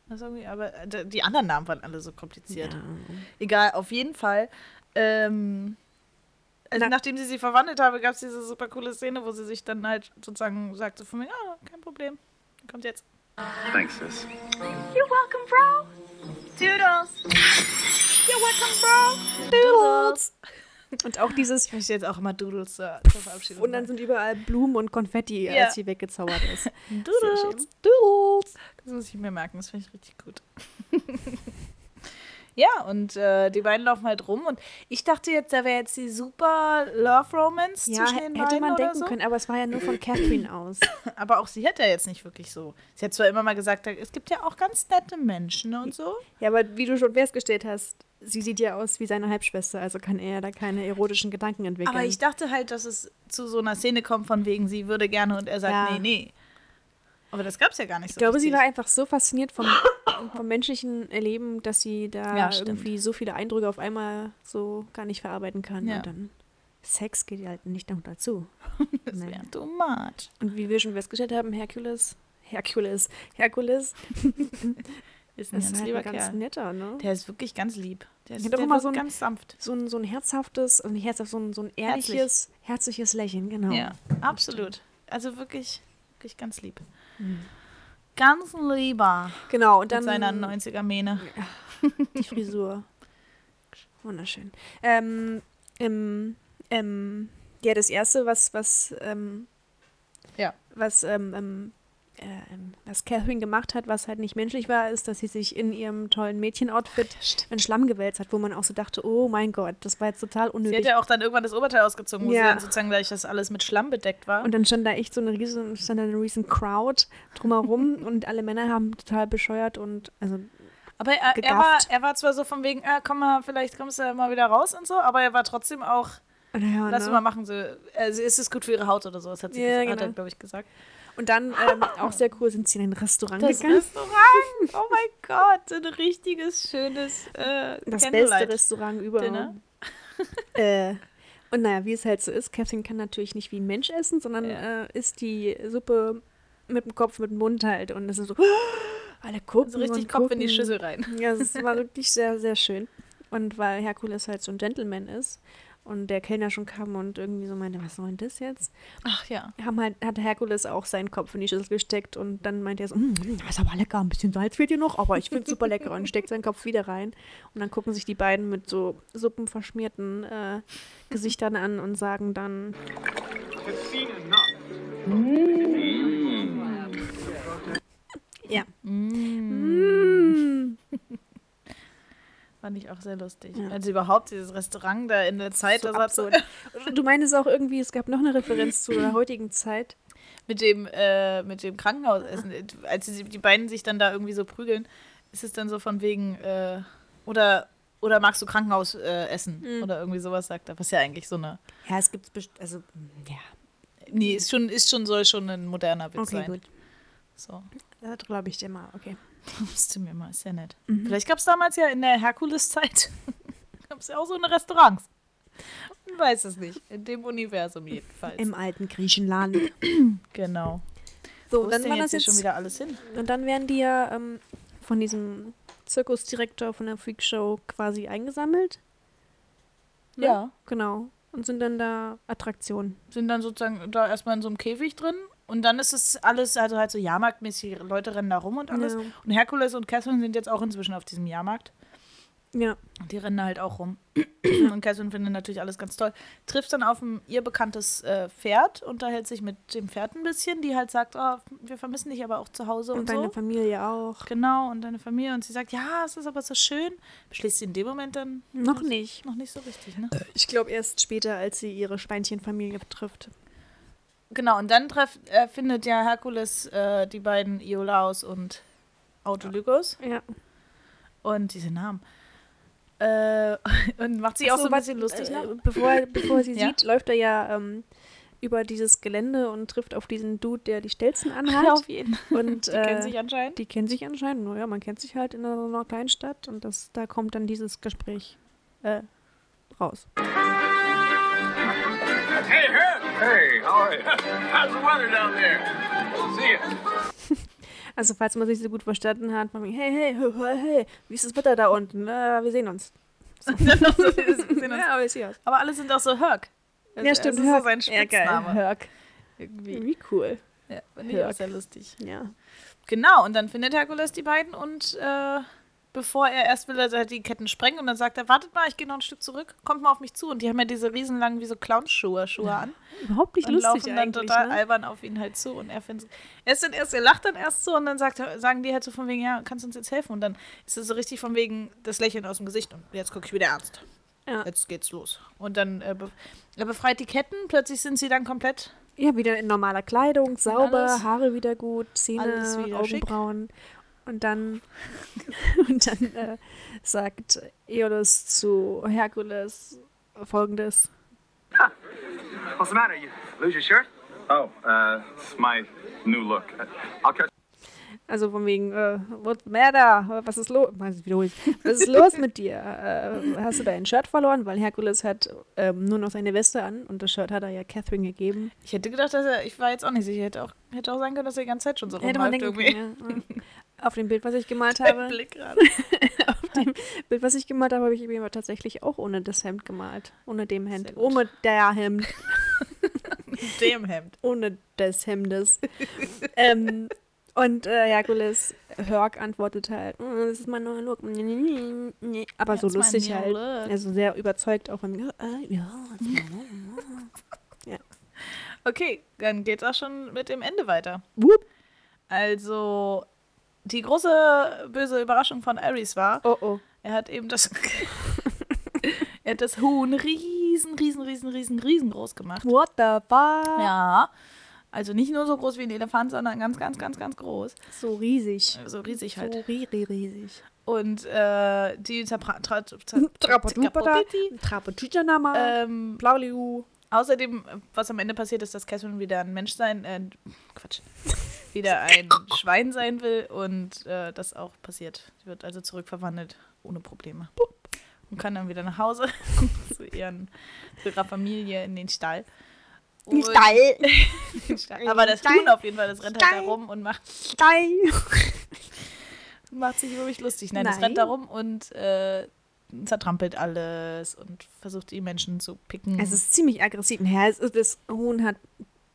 Das irgendwie, aber äh, d- die anderen Namen waren alle so kompliziert.
Ja.
Egal, auf jeden Fall. Ähm, also
Na-
nachdem sie sie verwandelt habe, gab es diese super coole Szene, wo sie sich dann halt sozusagen sagte von mir, ah, kein Problem, kommt jetzt.
Thanks, sis.
You're welcome, bro. Doodles. You're welcome, bro.
Doodles! Und auch dieses
Ich möchte jetzt auch immer Doodles zur, zur Verabschiedung.
Und dann sind überall Blumen und Konfetti,
Ja.
als sie weggezaubert ist.
sagen.
Sehr
Doodles.
schön. Doodles.
Das muss ich mir merken, das finde ich richtig gut. ja, und äh, die beiden laufen halt rum und ich dachte jetzt, da wäre jetzt die super Love Romance
Ja,
zwischen den
hätte
beiden
man
oder
denken
so.
können, aber es war ja nur von Catherine aus.
Aber auch sie hat ja jetzt nicht wirklich so. Sie hat zwar immer mal gesagt, es gibt ja auch ganz nette Menschen und so.
Ja, aber wie du schon festgestellt hast, sie sieht ja aus wie seine Halbschwester, also kann er da keine erotischen Gedanken entwickeln.
Aber ich dachte halt, dass es zu so einer Szene kommt, von wegen, sie würde gerne und er sagt,
Ja.
nee, nee. Aber das gab es ja gar nicht
ich
so.
glaube, sie
richtig.
war einfach so fasziniert vom, vom menschlichen Erleben, dass sie da
Ja, stimmt.
irgendwie so viele Eindrücke auf einmal so gar nicht verarbeiten kann.
Ja.
Und dann Sex geht ihr halt nicht noch dazu.
Das
Nein.
wäre too much.
Und wie wir schon festgestellt haben, Herkules, Herkules, Herkules
Ist ein
Das ist
ganz
halt
lieber
ein ganz
Kerl.
netter, ne?
Der ist wirklich ganz lieb. Der ist
Ich hab doch
der
immer
wirkt
so ein-
ganz sanft.
So ein, so ein herzhaftes, also nicht herzhaft, so ein, so ein
Herzlich.
ehrliches, herzliches Lächeln, genau.
Ja, absolut. Also wirklich, wirklich ganz lieb. Ganz lieber
Genau, und Mhm.
mit
dann
seiner 90er-Mähne.
die Frisur. Wunderschön. Ähm, ähm, ähm, ja, das erste, was, was, ähm,
Ja.
was, ähm, ähm, äh, ähm, was Catherine gemacht hat, was halt nicht menschlich war, ist, dass sie sich in ihrem tollen Mädchenoutfit in Schlamm gewälzt hat, wo man auch so dachte, oh mein Gott, das war jetzt total
Sie hat
unnötig.
ja auch dann irgendwann das Oberteil ausgezogen, wo sie
Ja.
dann sozusagen gleich das alles mit Schlamm bedeckt war.
Und dann stand da echt so eine riesen, stand da eine riesen Crowd drumherum und alle Männer haben total bescheuert und also
aber er, er, war,
gegafft.
er war zwar so von wegen, ah, komm mal, vielleicht kommst du mal wieder raus und so, aber er war trotzdem auch,
naja,
lass
ne?
mal machen, so, also ist es gut für ihre Haut oder so, das hat sie
Ja,
gesagt,
genau.
hat glaube ich gesagt.
Und dann ähm, auch sehr cool sind sie in ein Restaurant
Das ne?
gegangen.
Restaurant, oh mein Gott, so ein richtiges, schönes äh,
Das beste
Candlelight.
Restaurant überhaupt.
Dinner.
Äh, und naja, wie es halt so ist, Catherine kann natürlich nicht wie ein Mensch essen, sondern äh, isst die Suppe mit dem Kopf, mit dem Mund halt. Und es ist so, alle gucken.
So Also richtig
und
Kopf
gucken.
in die Schüssel rein.
Ja, es war wirklich sehr, sehr schön. Und weil Herkules halt so ein Gentleman ist und der Kellner schon kam und irgendwie so meinte, was soll denn das jetzt?
Ach ja.
Haben halt, hat Herkules auch seinen Kopf in die Schüssel gesteckt und dann meinte er so, "Mm, das ist aber lecker, ein bisschen Salz fehlt hier noch, aber ich finde es super lecker und steckt seinen Kopf wieder rein. Und dann gucken sich die beiden mit so suppenverschmierten äh, Gesichtern an und sagen dann,
It's been enough.
ja,
Fand ich auch sehr lustig. Also überhaupt dieses Restaurant da in der Zeit,
so
das hat so
absurd. Du meinst auch irgendwie, es gab noch eine Referenz zu der heutigen Zeit.
mit dem, äh, mit dem Krankenhausessen, äh, als sie, die beiden sich dann da irgendwie so prügeln, ist es dann so von wegen, äh, oder, oder magst du Krankenhausessen äh,
Mhm.
essen? oder irgendwie sowas sagt er, was ja eigentlich so eine,
Ja, es gibt, best- also, ja,
nee, ist schon, ist schon, soll schon ein moderner Witz
okay,
sein.
gut.
So,
Da glaube ich dir mal, okay.
musste mir mal, ist ja nett.
Mhm.
Vielleicht gab es damals ja in der Herkules-Zeit, gab es ja auch so eine Restaurants. Man weiß es nicht, in dem Universum jedenfalls.
Im alten Griechenland.
genau.
So,
Wo ist
dann
denn
war
jetzt
das
hier
jetzt
schon wieder alles hin?
Und dann werden die ja ähm, von diesem Zirkusdirektor von der Freakshow quasi eingesammelt. Ne?
Ja.
Genau. Und sind dann da Attraktionen.
sind dann sozusagen da erstmal in so einem Käfig drin. Und dann ist es alles, also halt so Jahrmarktmäßig, Leute rennen da rum und alles.
Ja.
Und Herkules und Catherine sind jetzt auch inzwischen auf diesem Jahrmarkt.
Ja.
Und die rennen da halt auch rum. Und Catherine findet natürlich alles ganz toll. Trifft dann auf ein ihr bekanntes äh, Pferd, unterhält sich mit dem Pferd ein bisschen, die halt sagt, oh, wir vermissen dich aber auch zu Hause
Und,
und,
deine
so.
Familie auch.
Genau, und deine Familie. Und sie sagt, ja, es ist aber so schön. Beschließt sie in dem Moment dann
Noch nicht.
noch nicht so richtig, ne?
Ich glaube erst später, als sie ihre Schweinchenfamilie trifft.
Genau, und dann treff, äh, findet ja Herkules äh, die beiden Iolaus und Autolygos
Ja.
und diese Namen. Äh, und macht sich auch so ein bisschen lustig.
Äh,
Ne?
bevor, er- bevor er sie
Ja.
sieht, läuft er ja ähm, über dieses Gelände und trifft auf diesen Dude, der die Stelzen anhat.
Ja, auf jeden Fall.
Und,
Die kennen
äh,
sich anscheinend.
Die kennen sich anscheinend, naja, man kennt sich halt in so einer kleinen Stadt und das, da kommt dann dieses Gespräch äh, raus.
Hey, Herb. Hey, how are you? How's the weather down there? See ya.
Also falls man sich so gut verstanden hat, man hey, hey, hey, hey, hey, wie ist das Wetter da unten? Na, wir sehen uns.
aber
Ja, aber ist hier aus.
alle sind auch so Herc.
Ja, stimmt,
Das ist so
Herc.
sein
Ja, geil,
Spitzname.
Herc.
Irgendwie.
Wie cool.
Ja, finde ich auch
Herc.
sehr lustig.
Ja.
Genau, und dann findet Herkules die beiden und äh, bevor er erst will, er halt die Ketten sprengen und dann sagt er, wartet mal, ich gehe noch ein Stück zurück, kommt mal auf mich zu. Und die haben ja diese riesenlangen, wie so Clownschuhe Schuhe an
Überhaupt nicht
und
lustig
laufen dann
eigentlich,
total
ne?
albern auf ihn halt zu. Und er findet er ist dann erst, er lacht dann erst so und dann sagt, er- sagen die halt so von wegen, ja, kannst du uns jetzt helfen? Und dann ist es so richtig von wegen das Lächeln aus dem Gesicht und jetzt gucke ich wieder ernst.
Ja.
Jetzt geht's los. Und dann äh, be er befreit die Ketten, plötzlich sind sie dann komplett
Ja, wieder in normaler Kleidung, sauber,
Alles-
Haare wieder gut, Zähne,
alles wieder schick.
Augenbrauen. Und dann, und dann äh, sagt Aeolus zu Herkules folgendes.
What's the matter? You lose your shirt?
Oh, uh, it's my new look. I'll catch
Also von wegen, äh, what's the matter? Was ist los? Was ist los mit dir? Äh, hast du dein Shirt verloren? Weil Herkules hat ähm, nur noch seine Weste an und das Shirt hat er ja Catherine gegeben.
Ich hätte gedacht, dass er, ich war jetzt auch nicht sicher, hätte auch, hätte auch sein können, dass er die ganze Zeit schon so
Hätte
rumläuft
man denken
irgendwie.
können, ja. Auf dem Bild, was ich gemalt habe,
Blick gerade.
auf dem Bild, was ich gemalt habe, habe ich eben aber tatsächlich auch ohne das Hemd gemalt. Ohne dem Hemd.
Sehr gut.
Ohne der Hemd.
Dem Hemd.
ohne des Hemdes. ähm, und äh, Herkules Hörg antwortet halt, "Mm, das ist mein neuer Look. Nee, nee, nee. Aber so
That's my
lustig
new
halt.
look.
Also sehr überzeugt auch von mir. Äh, ja, das ist mein neuer Look."
Okay, dann geht's auch schon mit dem Ende weiter.
Wupp.
Also, die große böse Überraschung von Ares war,
Oh oh.
er hat eben das. er hat das Huhn riesen, riesen, riesen, riesen, riesengroß gemacht.
What the fuck?
Ja. Also nicht nur so groß wie ein Elefant, sondern ganz, ganz, ganz, ganz groß.
So riesig.
So riesig halt.
Also So ri ri riesig.
Und äh, die Zapra- Tra- Tra-
Trapadupada,
Tra-
Trapatüjanama,
ähm,
Blauliu.
Außerdem, äh, was am Ende passiert ist, dass Catherine wieder ein Mensch sein, äh, Quatsch, wieder ein Schwein sein will und äh, das auch passiert. Sie wird also zurückverwandelt, ohne Probleme. Und kann dann wieder nach Hause zu, ihren, zu ihrer Familie in den Stall. Und-
Steil,
den Stall. Aber das
Stall.
Huhn auf jeden Fall, das rennt halt da
Stall.
rum und macht,
steil.
macht sich über mich lustig. Nein, das
Nein.
rennt da rum und äh, zertrampelt alles und versucht, die Menschen zu picken.
Es ist ziemlich aggressiv. Ja, es ist, das Huhn hat,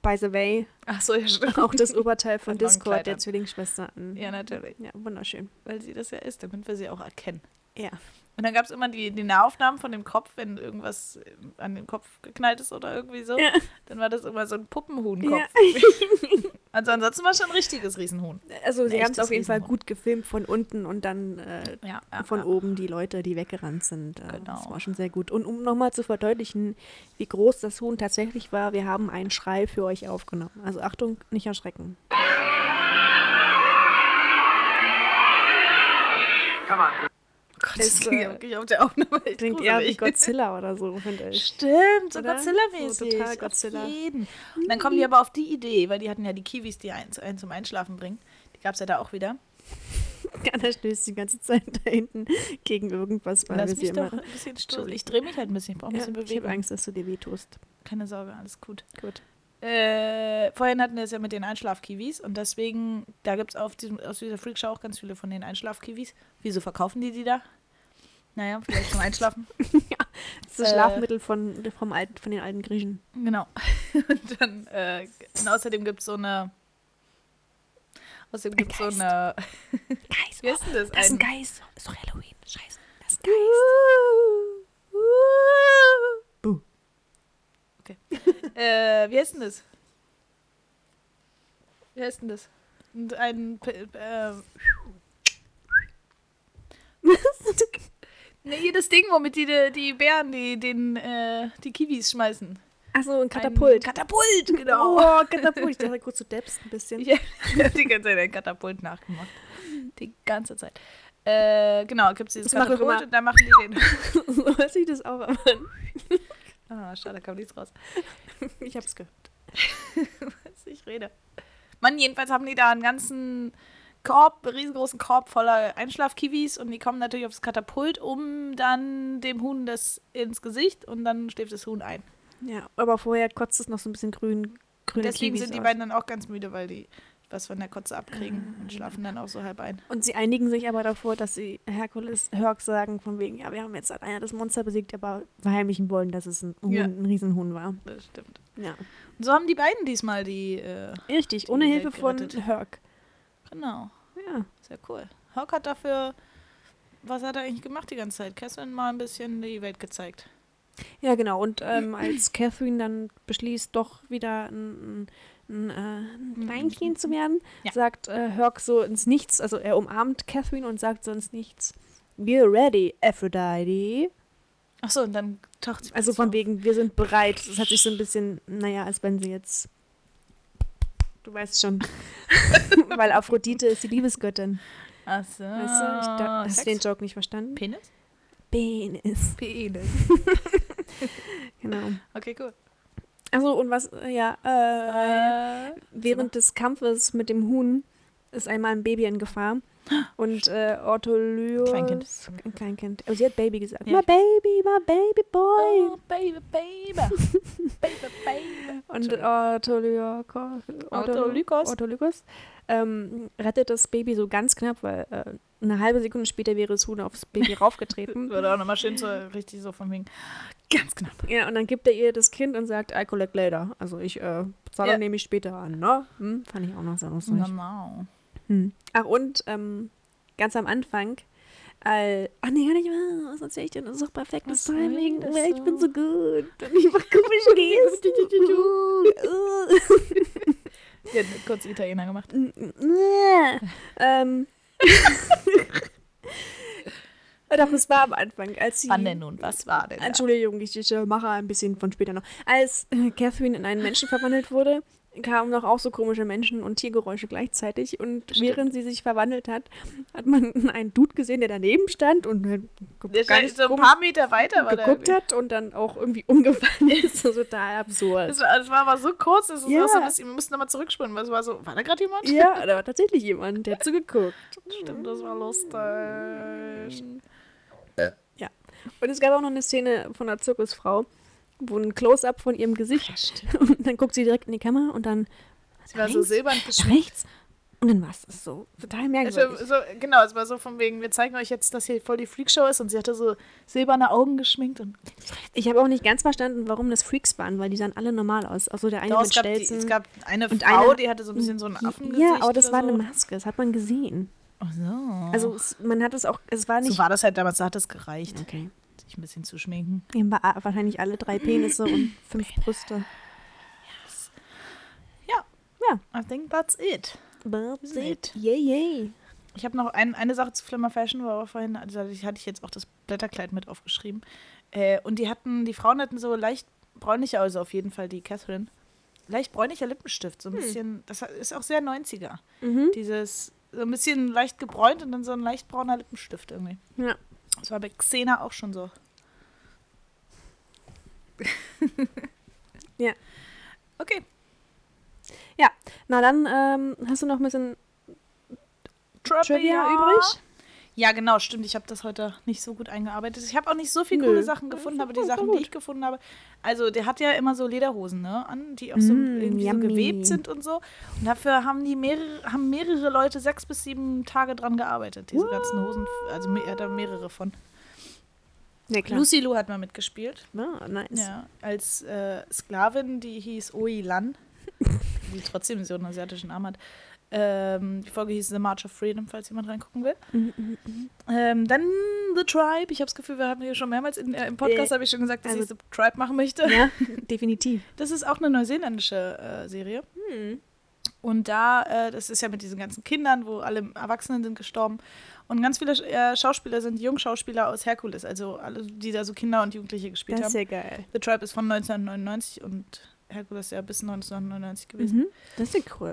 by the way,
Ach so, ja, stimmt.
auch das Oberteil von
Hat noch ein
Discord
Kleid
der
an.
Zwillingsschwester an.
Ja, natürlich.
Ja, wunderschön.
Weil sie das ja ist, damit wir sie auch erkennen.
Ja.
Und dann gab es immer die, die Nahaufnahmen von dem Kopf, wenn irgendwas äh, an den Kopf geknallt ist oder irgendwie so.
Ja.
Dann war das immer so ein Puppenhuhnkopf. Also ansonsten war schon ein richtiges Riesenhuhn.
Also sie
Ein
haben es
echtes
auf jeden Fall
Riesenhuhn.
gut gefilmt von unten und dann äh,
Ja, ja,
von
ja.
oben die Leute, die weggerannt sind. Äh,
Genau.
Das war schon sehr gut. Und um nochmal zu verdeutlichen, wie groß das Huhn tatsächlich war, wir haben einen Schrei für euch aufgenommen. Also Achtung, nicht erschrecken.
Come on.
Gott,
das
ging ja wirklich auf der Aufnahme echt
Klingt eher wie
gruselig.
Godzilla oder so, finde ich.
Stimmt, so
Oder?
Godzilla-mäßig.
So total
Auf
Godzilla.
jeden. Und dann kommen die aber auf die Idee, weil die hatten ja die Kiwis, die einen, einen zum Einschlafen bringen. Die gab es ja da auch wieder.
Anna stößt die ganze Zeit da hinten gegen irgendwas, weil wir
Lass
sie
mich
immer...
doch ein bisschen stoßen.
Entschuldigung.
Ich drehe mich halt ein bisschen, ich brauche ein
Ja,
bisschen
ich habe
Bewegung.
Angst, dass du dir wehtust.
Keine Sorge, alles gut.
Gut.
Äh, vorhin hatten wir es ja mit den Einschlafkiwis und deswegen, da gibt es auf diesem, aus dieser Freakshow auch ganz viele von den Einschlafkiwis. Wieso verkaufen die die da? Naja, vielleicht zum Einschlafen.
Das ist das
Äh,
Schlafmittel von, vom alten, von den alten Griechen.
genau. Und dann, äh, und außerdem gibt es so eine. Außerdem gibt es so
Geist.
eine.
Geist.
Wie heißt denn das?
Das ist ein
Ein-
Geist. Ist doch Halloween. Scheiße. Das ist ein
äh, wie heißt denn das? Wie heißt denn das? Und ein. P- Äh,
Geist.
nee, hier das Ding, womit die, die- die Bären die, den, äh, die Kiwis schmeißen.
Achso, ein
Ein
Katapult.
Katapult, genau.
Oh, Katapult. Ich dachte kurz, du deppst ein bisschen.
Ich habe die ganze Zeit ein Katapult nachgemacht. Die ganze Zeit. Äh, genau, gibt es dieses
Das macht doch
Katapult
immer-
und dann machen die den.
So weiß ich das auch, aber
Ah, schade, da kam nichts raus.
ich hab's gehört.
Was ich rede. Mann, jedenfalls haben die da einen ganzen Korb, einen riesengroßen Korb voller Einschlafkiwis und die kommen natürlich aufs Katapult, um dann dem Huhn das ins Gesicht und dann schläft das Huhn ein.
Ja, aber vorher kotzt es noch so ein bisschen grün, grüne
Deswegen
Kiwis
sind die
aus.
beiden dann auch ganz müde, weil die was von der Kotze abkriegen und schlafen dann auch so halb ein.
Und sie einigen sich aber davor, dass sie Herkules Hörg sagen, von wegen, ja, wir haben jetzt halt einer das Monster besiegt, aber verheimlichen wollen, dass es ein, Huhn,
Ja.
ein Riesenhuhn war.
Das stimmt.
Ja.
Und so haben die beiden diesmal die. Äh,
Richtig,
Die
ohne
Welt
Hilfe von
gerettet.
Hörg.
genau.
Ja.
Sehr cool. Hawk hat dafür, was hat er eigentlich gemacht die ganze Zeit? Catherine mal ein bisschen die Welt gezeigt.
Ja, genau. Und ähm, als Catherine dann beschließt, doch wieder ein, ein, ein, äh, ein Weinchen zu werden,
Ja.
sagt äh, Herc so ins Nichts, also er umarmt Catherine und sagt so ins Nichts, we're ready, Aphrodite.
Achso, und dann taucht sie
Also
plötzlich
von wegen, wir sind bereit. Das hat sich so ein bisschen, naja, als wenn sie jetzt, du weißt schon, weil Aphrodite ist die Liebesgöttin.
auf. Achso.
Weißt du, ich
Ah,
da, hast du den Joke nicht verstanden?
Penis?
Penis.
Penis.
Genau.
Okay, cool.
Also und was, äh, ja, äh,
Äh,
Während des Kampfes mit dem Huhn ist einmal ein Baby in Gefahr. Und äh, Ortolio.
Kleinkind.
Ein Kleinkind. Aber sie hat Baby gesagt.
Ja.
My baby, my baby boy.
oh, baby, baby. baby, baby.
Und Ortolio.
Autolykos.
Ortolykos. ähm, rettet das Baby so ganz knapp, weil äh, eine halbe Sekunde später wäre Sun aufs Baby raufgetreten.
Würde auch nochmal schön so richtig so von wegen. Ganz knapp.
Ja, und dann gibt er ihr das Kind und sagt, I collect later. Also ich äh, zahle
Ja.
nehme ich später an, ne? Hm, fand ich auch noch sehr lustig.
Genau.
Ach, und ähm, ganz am Anfang, all, ach nee, gar nicht wahr, was erzähl ich denn? Das ist doch perfektes
soll
Timing.
das
weil Ich bin so
so?
gut. Und ich mach komische Gesten.
Die hat kurz Italiener gemacht.
ähm. Doch, es war am Anfang, als sie
Wann denn nun? Was war denn? Da?
Entschuldigung, ich, ich äh, mache ein bisschen von später noch. Als äh, Catherine in einen Menschen verwandelt wurde, kamen noch auch so komische Menschen und Tiergeräusche gleichzeitig. Und während sie sich verwandelt hat, hat man einen Dude gesehen, der daneben stand und äh,
Der
ge-
stand
ganz
so ein
komisch
paar Meter weiter war der
geguckt hat und dann auch irgendwie umgefallen ist. Das ist total
Das
absurd.
war, das war aber so kurz, dass es
Ja.
war so ein bisschen, wir mussten nochmal zurückspulen, weil es war so, war da gerade jemand?
Ja, da war tatsächlich jemand, der hat so geguckt.
Stimmt, das war lustig.
Ja. Und es gab auch noch eine Szene von einer Zirkusfrau, wo ein Close-up von ihrem Gesicht. und dann guckt sie direkt in die Kamera und dann
Es war so
Links?
silbern geschminkt.
rechts und dann war es das so. Total merkwürdig.
Also, so, genau, es war so von wegen, wir zeigen euch jetzt, dass hier voll die Freakshow ist und sie hatte so silberne Augen geschminkt und
Ich habe auch nicht ganz verstanden, warum das Freaks waren, weil die sahen alle normal aus. Also der eine
Doch,
mit
es, gab die,
Stelzen.
es gab eine
Und
Frau,
eine-
die hatte so ein bisschen so ein Affengesicht.
ja, aber das
oder
war
so.
eine Maske, das hat man gesehen.
Ach so.
Also es, man hat es auch, es war
so
nicht...
war das halt damals, da hat es gereicht,
okay.
sich ein bisschen zu schminken.
Die haben wa- wahrscheinlich alle drei Penisse und fünf Brüste.
Ja,
Ja.
I think that's it.
That's
it.
Yay, yay.
Ich habe noch ein, eine Sache zu Flimmer Fashion, war aber vorhin, also ich hatte ich jetzt auch das Blätterkleid mit aufgeschrieben. Äh, und die hatten, die Frauen hatten so leicht bräunliche, also auf jeden Fall die Catherine, leicht bräunlicher
Hm.
Lippenstift, so ein bisschen, das ist auch sehr 90er.
Mhm.
Dieses, so ein bisschen leicht gebräunt und dann so ein leicht brauner Lippenstift irgendwie.
Ja.
Das war bei Xena auch schon so.
Ja.
Okay,
ja, na dann ähm, hast du noch ein bisschen
Trivia,
Trivia übrig?
Ja, genau, stimmt. Ich habe das heute nicht so gut eingearbeitet. Ich habe auch nicht so viele
Nö.
coole Sachen gefunden, aber die
voll
Sachen,
gut.
die ich gefunden habe, also der hat ja immer so Lederhosen, ne, an, die auch so
Mm,
irgendwie so
yummy.
gewebt sind und so. Und dafür haben die mehrere, haben mehrere Leute sechs bis sieben Tage dran gearbeitet, diese ganzen Hosen. Also me- er hat da mehrere von.
Ja, klar.
Lucy Lou hat mal mitgespielt.
Ah, nice.
Ja, als äh, Sklavin, die hieß Oi Lan, die trotzdem so einen asiatischen Arm hat. Ähm, die Folge hieß The March of Freedom, falls jemand reingucken will.
Mhm,
Ähm, dann The Tribe. Ich habe das Gefühl, wir haben hier schon mehrmals in, äh, im Podcast
Äh,
habe ich schon gesagt, dass
also-
ich The Tribe machen möchte.
ja definitiv.
Das ist auch eine neuseeländische äh, Serie.
Hm.
Und da, äh, das ist ja mit diesen ganzen Kindern, wo alle Erwachsenen sind gestorben. Und ganz viele äh, Schauspieler sind Jungschauspieler aus Herkules, also alle, die da so Kinder und Jugendliche gespielt
Das
haben.
ist ja geil.
The Tribe ist von 1999 und Hercules ja bis 1999 gewesen.
Mhm. Das ist ja cool.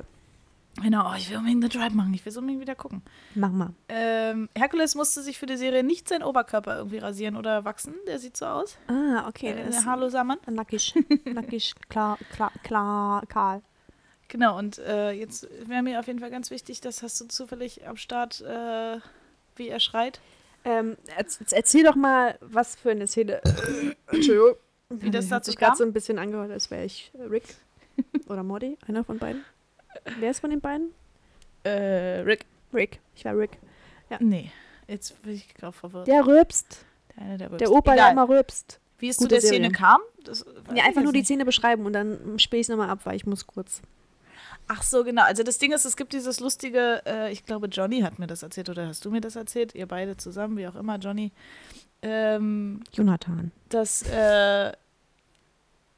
Mhm.
Genau, oh, ich will unbedingt The Tribe machen, ich will es unbedingt wieder gucken.
Mach mal.
Ähm, Hercules musste sich für die Serie nicht seinen Oberkörper irgendwie rasieren oder wachsen, der sieht so aus.
Ah, okay.
Äh,
das
ein
ist-
haarloser Mann.
Nackig, nackig, klar, klar, klar, Karl.
Genau, und äh, jetzt wäre mir auf jeden Fall ganz wichtig, das hast du zufällig am Start, äh, wie er schreit,
Ähm, erz- jetzt erzähl doch mal, was für eine Szene. Entschuldigung.
wie das
Hat
dazu
sich
kam.
gerade so ein bisschen angehört, als wäre ich äh, Rick oder Morty, einer von beiden. Wer ist von den beiden?
äh, Rick.
Rick. Ich war Rick.
Nee, jetzt bin ich gerade verwirrt.
Der rübst.
Der, eine, der,
Der
rülpst.
Opa, der
Egal.
immer rübst.
Wie es zu
Gute
der Szene
Serie.
kam? Das weiß
Ja,
ich
einfach
jetzt
nur die
nicht.
Szene beschreiben und dann spiele ich es nochmal ab, weil ich muss kurz.
Ach so, genau. Also das Ding ist, es gibt dieses lustige, äh, ich glaube, Johnny hat mir das erzählt oder hast du mir das erzählt? Ihr beide zusammen, wie auch immer, Johnny. Ähm,
Jonathan.
dass, äh,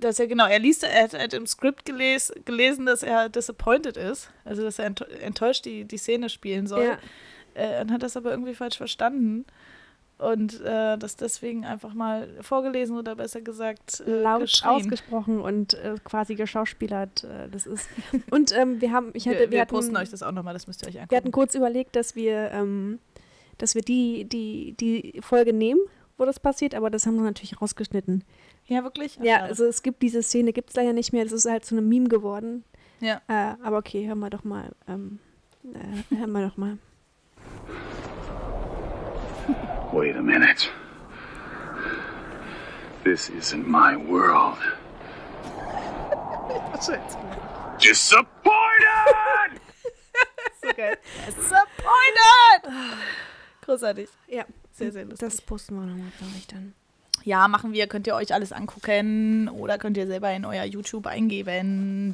dass er, genau, er liest, er hat, hat im Skript geles, gelesen, dass er disappointed ist. Also, dass er ent- enttäuscht die, die Szene spielen soll.
Ja.
Äh, und hat das aber irgendwie falsch verstanden. Und äh, das deswegen einfach mal vorgelesen oder besser gesagt äh,
laut
geschrien.
ausgesprochen und äh, quasi geschauspielert. Äh, das ist. Und ähm, wir haben, ich hatte,
Wir, wir
hatten,
posten euch das auch nochmal, das müsst ihr euch angucken.
Wir hatten kurz überlegt, dass wir, ähm, dass wir die, die, die Folge nehmen, wo das passiert, aber das haben wir natürlich rausgeschnitten.
ja, wirklich? Ach,
ja,
schade.
also es gibt diese Szene, gibt es leider nicht mehr, das ist halt zu einem Meme geworden.
ja.
Äh, aber okay, hören wir doch mal. Ähm, äh, hören wir doch mal.
Wait a minute. This isn't my world.
Ach so, jetzt-
Disappointed!
geil. Disappointed! Großartig.
Ja,
Sehr, sehr lustig.
das posten wir nochmal, glaube ich, dann.
Ja, machen wir. Könnt ihr euch alles angucken oder könnt ihr selber in euer YouTube eingeben.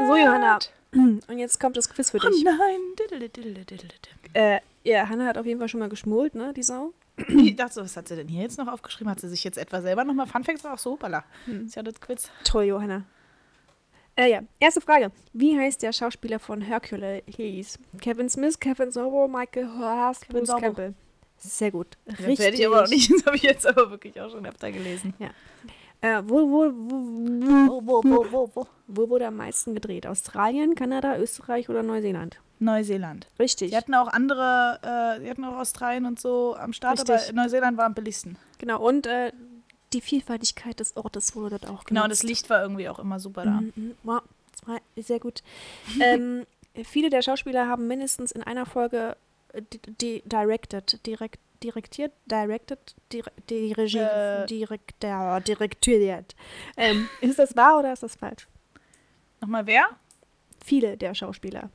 Disappointed!
So, Johanna. Und jetzt kommt das Quiz für
Oh
dich.
nein. Diddle, diddle, diddle, diddle.
Äh, ja, Hannah hat auf jeden Fall schon mal geschmult, ne, die Sau.
Ich dachte so, was hat sie denn hier jetzt noch aufgeschrieben? Hat sie sich jetzt etwa selber nochmal Funfacts? Ach so, hoppala. Ist ja das Quiz.
Toll, Johanna. Äh, ja, erste Frage. Wie heißt der Schauspieler von Hercules? Kevin Smith, Kevin Sorbo, Michael Hurst, Bruce
Sorbo.
Campbell. Sehr gut.
Das werde ich aber noch nicht. Das habe ich jetzt aber wirklich auch schon öfter gelesen.
Äh, wo, wo, wo,
Wo, wo, wo, wo, wo?
wo wurde am meisten gedreht? Australien, Kanada, Österreich oder Neuseeland?
Neuseeland.
Richtig.
Die hatten auch andere, äh, die hatten auch Australien und so am Start,
Richtig.
aber Neuseeland war am billigsten.
Genau, und äh, die Vielfältigkeit des Ortes wurde dort auch
Genau,
genutzt.
das Licht war irgendwie auch immer super da.
Mhm, Wow, das war sehr gut. ähm, viele der Schauspieler haben mindestens in einer Folge äh, di di directed, direkt, direktiert, directed, dir die Regie,
Äh.
direkt, ja, direktiert. Ähm, ist das wahr oder ist das falsch?
Nochmal wer?
Viele der Schauspieler.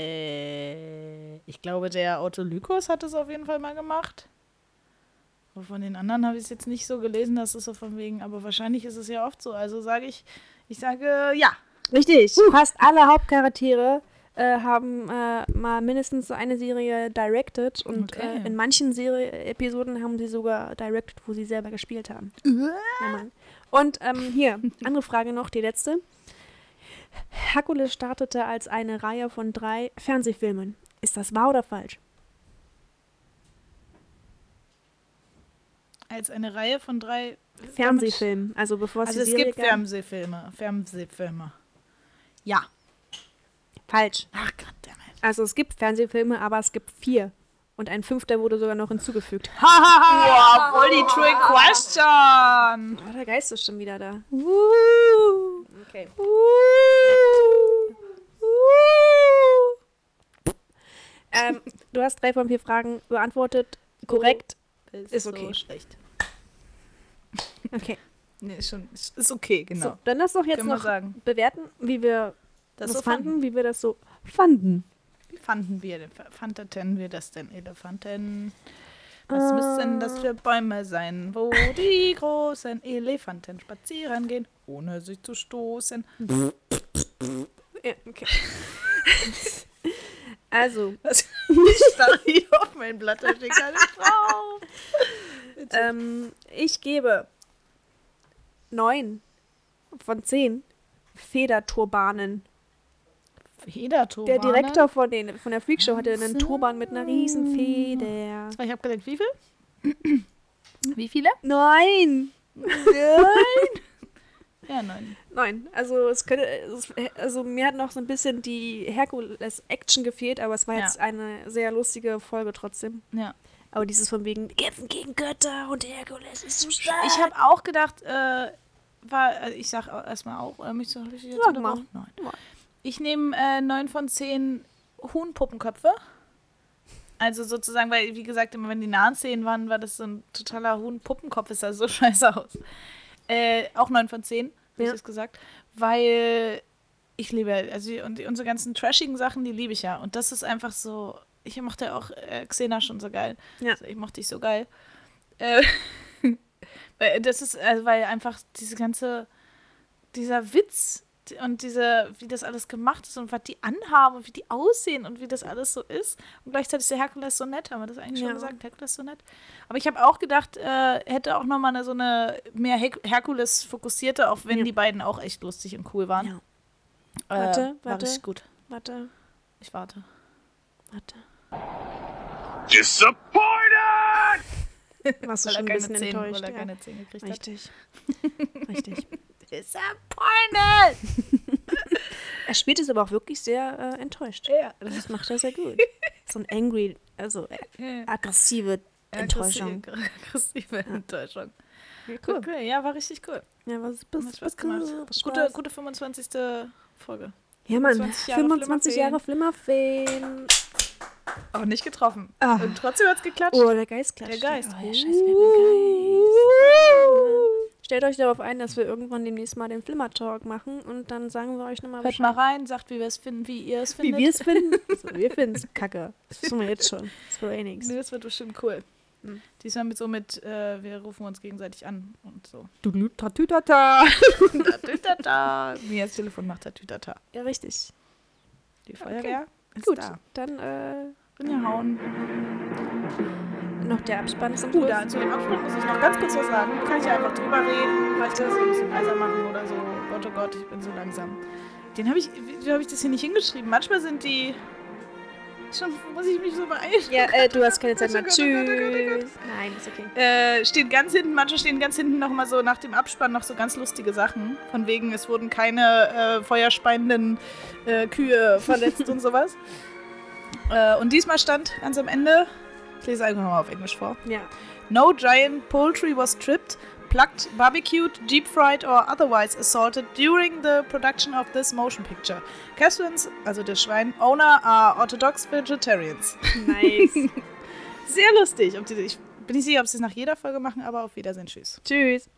Äh, ich glaube, der Otto Lykos hat es auf jeden Fall mal gemacht. Aber von den anderen habe ich es jetzt nicht so gelesen, dass es so von wegen, aber wahrscheinlich ist es ja oft so. Also sage ich, ich sage ja.
Richtig. Fast alle Hauptcharaktere äh, haben äh, mal mindestens so eine Serie directed und
Okay.
äh, in manchen Serie Episoden haben sie sogar directed, wo sie selber gespielt haben. Ja, Mann. Und ähm, hier, andere Frage noch, die letzte. Herkules startete als eine Reihe von drei Fernsehfilmen. Ist das wahr oder falsch?
Als eine Reihe von drei.
Fernsehfilmen, also bevor es
Äh, Also
die
es
Serie
gibt
gab.
Fernsehfilme. Fernsehfilme. Ja.
Falsch.
Ach, goddammit.
Also es gibt Fernsehfilme, aber es gibt vier. Und ein fünfter wurde sogar noch hinzugefügt.
Hahaha, voll die Trick Question.
Oh, der Geist ist schon wieder da.
Okay.
Ähm, du hast drei von vier Fragen beantwortet. Korrekt.
Ist
Ist
okay. So
okay.
schlecht.
Okay.
Nee, ist schon. Ist ist okay, genau.
So, dann lass doch jetzt
Können wir
noch
sagen.
bewerten, wie wir das,
so
fanden, wie wir das so fanden.
Wie fanden wir, fandeten wir das denn, Elefanten? Was müssen das für Bäume sein, wo die großen Elefanten spazieren gehen, ohne sich zu stoßen?
Ja, okay. also,
Was ich starre hier auf mein Blatt, da steht gar nicht drauf.
ähm, ich gebe neun von zehn Federturbanen. Der
Federturbane.
Direktor von, den, von der Freakshow hatte einen Turban mit einer riesen Feder.
Ich habe gesagt, wie viel? Wie viele?
Nein!
Ja, neun.
Nein, also es könnte, es, also mir hat noch so ein bisschen die Herkules-Action gefehlt, aber es war
Ja.
jetzt eine sehr lustige Folge trotzdem.
Ja.
Aber dieses von wegen Kämpfen gegen Götter und Herkules ist so stark.
Ich habe auch gedacht, äh, war, äh, ich sag au- erstmal auch, oder mich so richtig jetzt
Sag mal.
unterbrochen? Nein.
Mal.
Ich nehme äh, 9 von 10 Huhnpuppenköpfe. Also sozusagen, weil, wie gesagt, immer wenn die nahen Szenen waren, war das so ein totaler Huhnpuppenkopf, ist das so scheiße aus. Äh, auch 9 von 10, wie ich
Ja.
es gesagt. Weil ich liebe, also und die- unsere ganzen trashigen Sachen, die liebe ich ja. Und das ist einfach so, ich mochte auch äh, Xena schon so geil.
Ja.
Also ich mochte dich so geil. Äh, weil das ist, also weil einfach diese ganze, dieser Witz und diese, wie das alles gemacht ist und was die anhaben und wie die aussehen und wie das alles so ist. Und gleichzeitig ist der Herkules so nett, haben wir das eigentlich schon
Ja.
gesagt, Herkules so nett. Aber ich habe auch gedacht, äh, hätte auch nochmal eine, so eine mehr Her Herkules fokussierte, auch wenn
Ja.
die beiden auch echt lustig und cool waren.
Ja.
Äh,
Warte,
War
warte.
richtig gut.
Warte,
Ich warte.
warte.
Disappointed!
Warst du
Weil er
schon ein
keine
bisschen
Zehen-
enttäuscht?
Weil er
ja.
keine Zehen gekriegt hat.
Richtig. Richtig.
Disappointed!
Er spielt es aber auch wirklich sehr äh, enttäuscht.
Ja.
Das macht er sehr gut. So ein angry, also äh, aggressive Enttäuschung.
Aggressive, aggressive Enttäuschung. Okay, ja, war richtig cool.
Ja, was,
Hat Spaß gemacht. Gute, gute 25. Folge.
ja, Mann,
25 Jahre
25 Jahre Flimmerfeen.
Auch nicht getroffen.
Ah.
Und trotzdem hat's geklatscht.
Oh, der Geist klatscht.
Der Geist.
Oh, ja, scheiße, wir haben den Geist. Stellt euch darauf ein, dass wir irgendwann demnächst mal den Flimmer-Talk machen und dann sagen wir euch nochmal
Hört mal rein, sagt, wie wir es finden, wie ihr es
Wie
findet.
wir es finden? Also, wir finden es kacke. Das wissen wir jetzt schon. Das war eh nichts.
Nee, das wird bestimmt cool.
Hm.
Diesmal mit so mit, äh, wir rufen uns gegenseitig an und so. Tatütata. Mir das Telefon macht Tatütata.
Ja, richtig.
Die Feuerwehr ist
Gut,
da.
dann äh,
Reingehauen.
noch der Abspann zum
Oh,
Schluss.
da zu dem Abspann muss ich noch ganz kurz was sagen. Kann ich ja einfach drüber reden, vielleicht das so ein bisschen leiser machen oder so. Gott, oh Gott, ich bin so langsam. Den habe ich, wieso habe ich das hier nicht hingeschrieben? Manchmal sind die. Schon muss ich mich so beeilen.
Ja, äh, du hast keine Zeit mehr.
Oh Gott, oh Gott, oh Gott, oh Gott.
Tschüss. Nein, ist okay.
Äh, steht ganz hinten, manche stehen ganz hinten noch mal so nach dem Abspann noch so ganz lustige Sachen. Von wegen, es wurden keine äh, feuerspeienden äh, Kühe verletzt und sowas. Äh, und diesmal stand ganz am Ende, ich lese einfach mal auf Englisch vor.
Ja.
No giant poultry was tripped, plucked, barbecued, deep fried or otherwise assaulted during the production of this motion picture. Caslins, also der Schwein, owner are orthodox vegetarians.
Nice.
Sehr lustig. Ob die, ich bin nicht sicher, ob sie es nach jeder Folge machen, aber auf Wiedersehen. Tschüss.
Tschüss.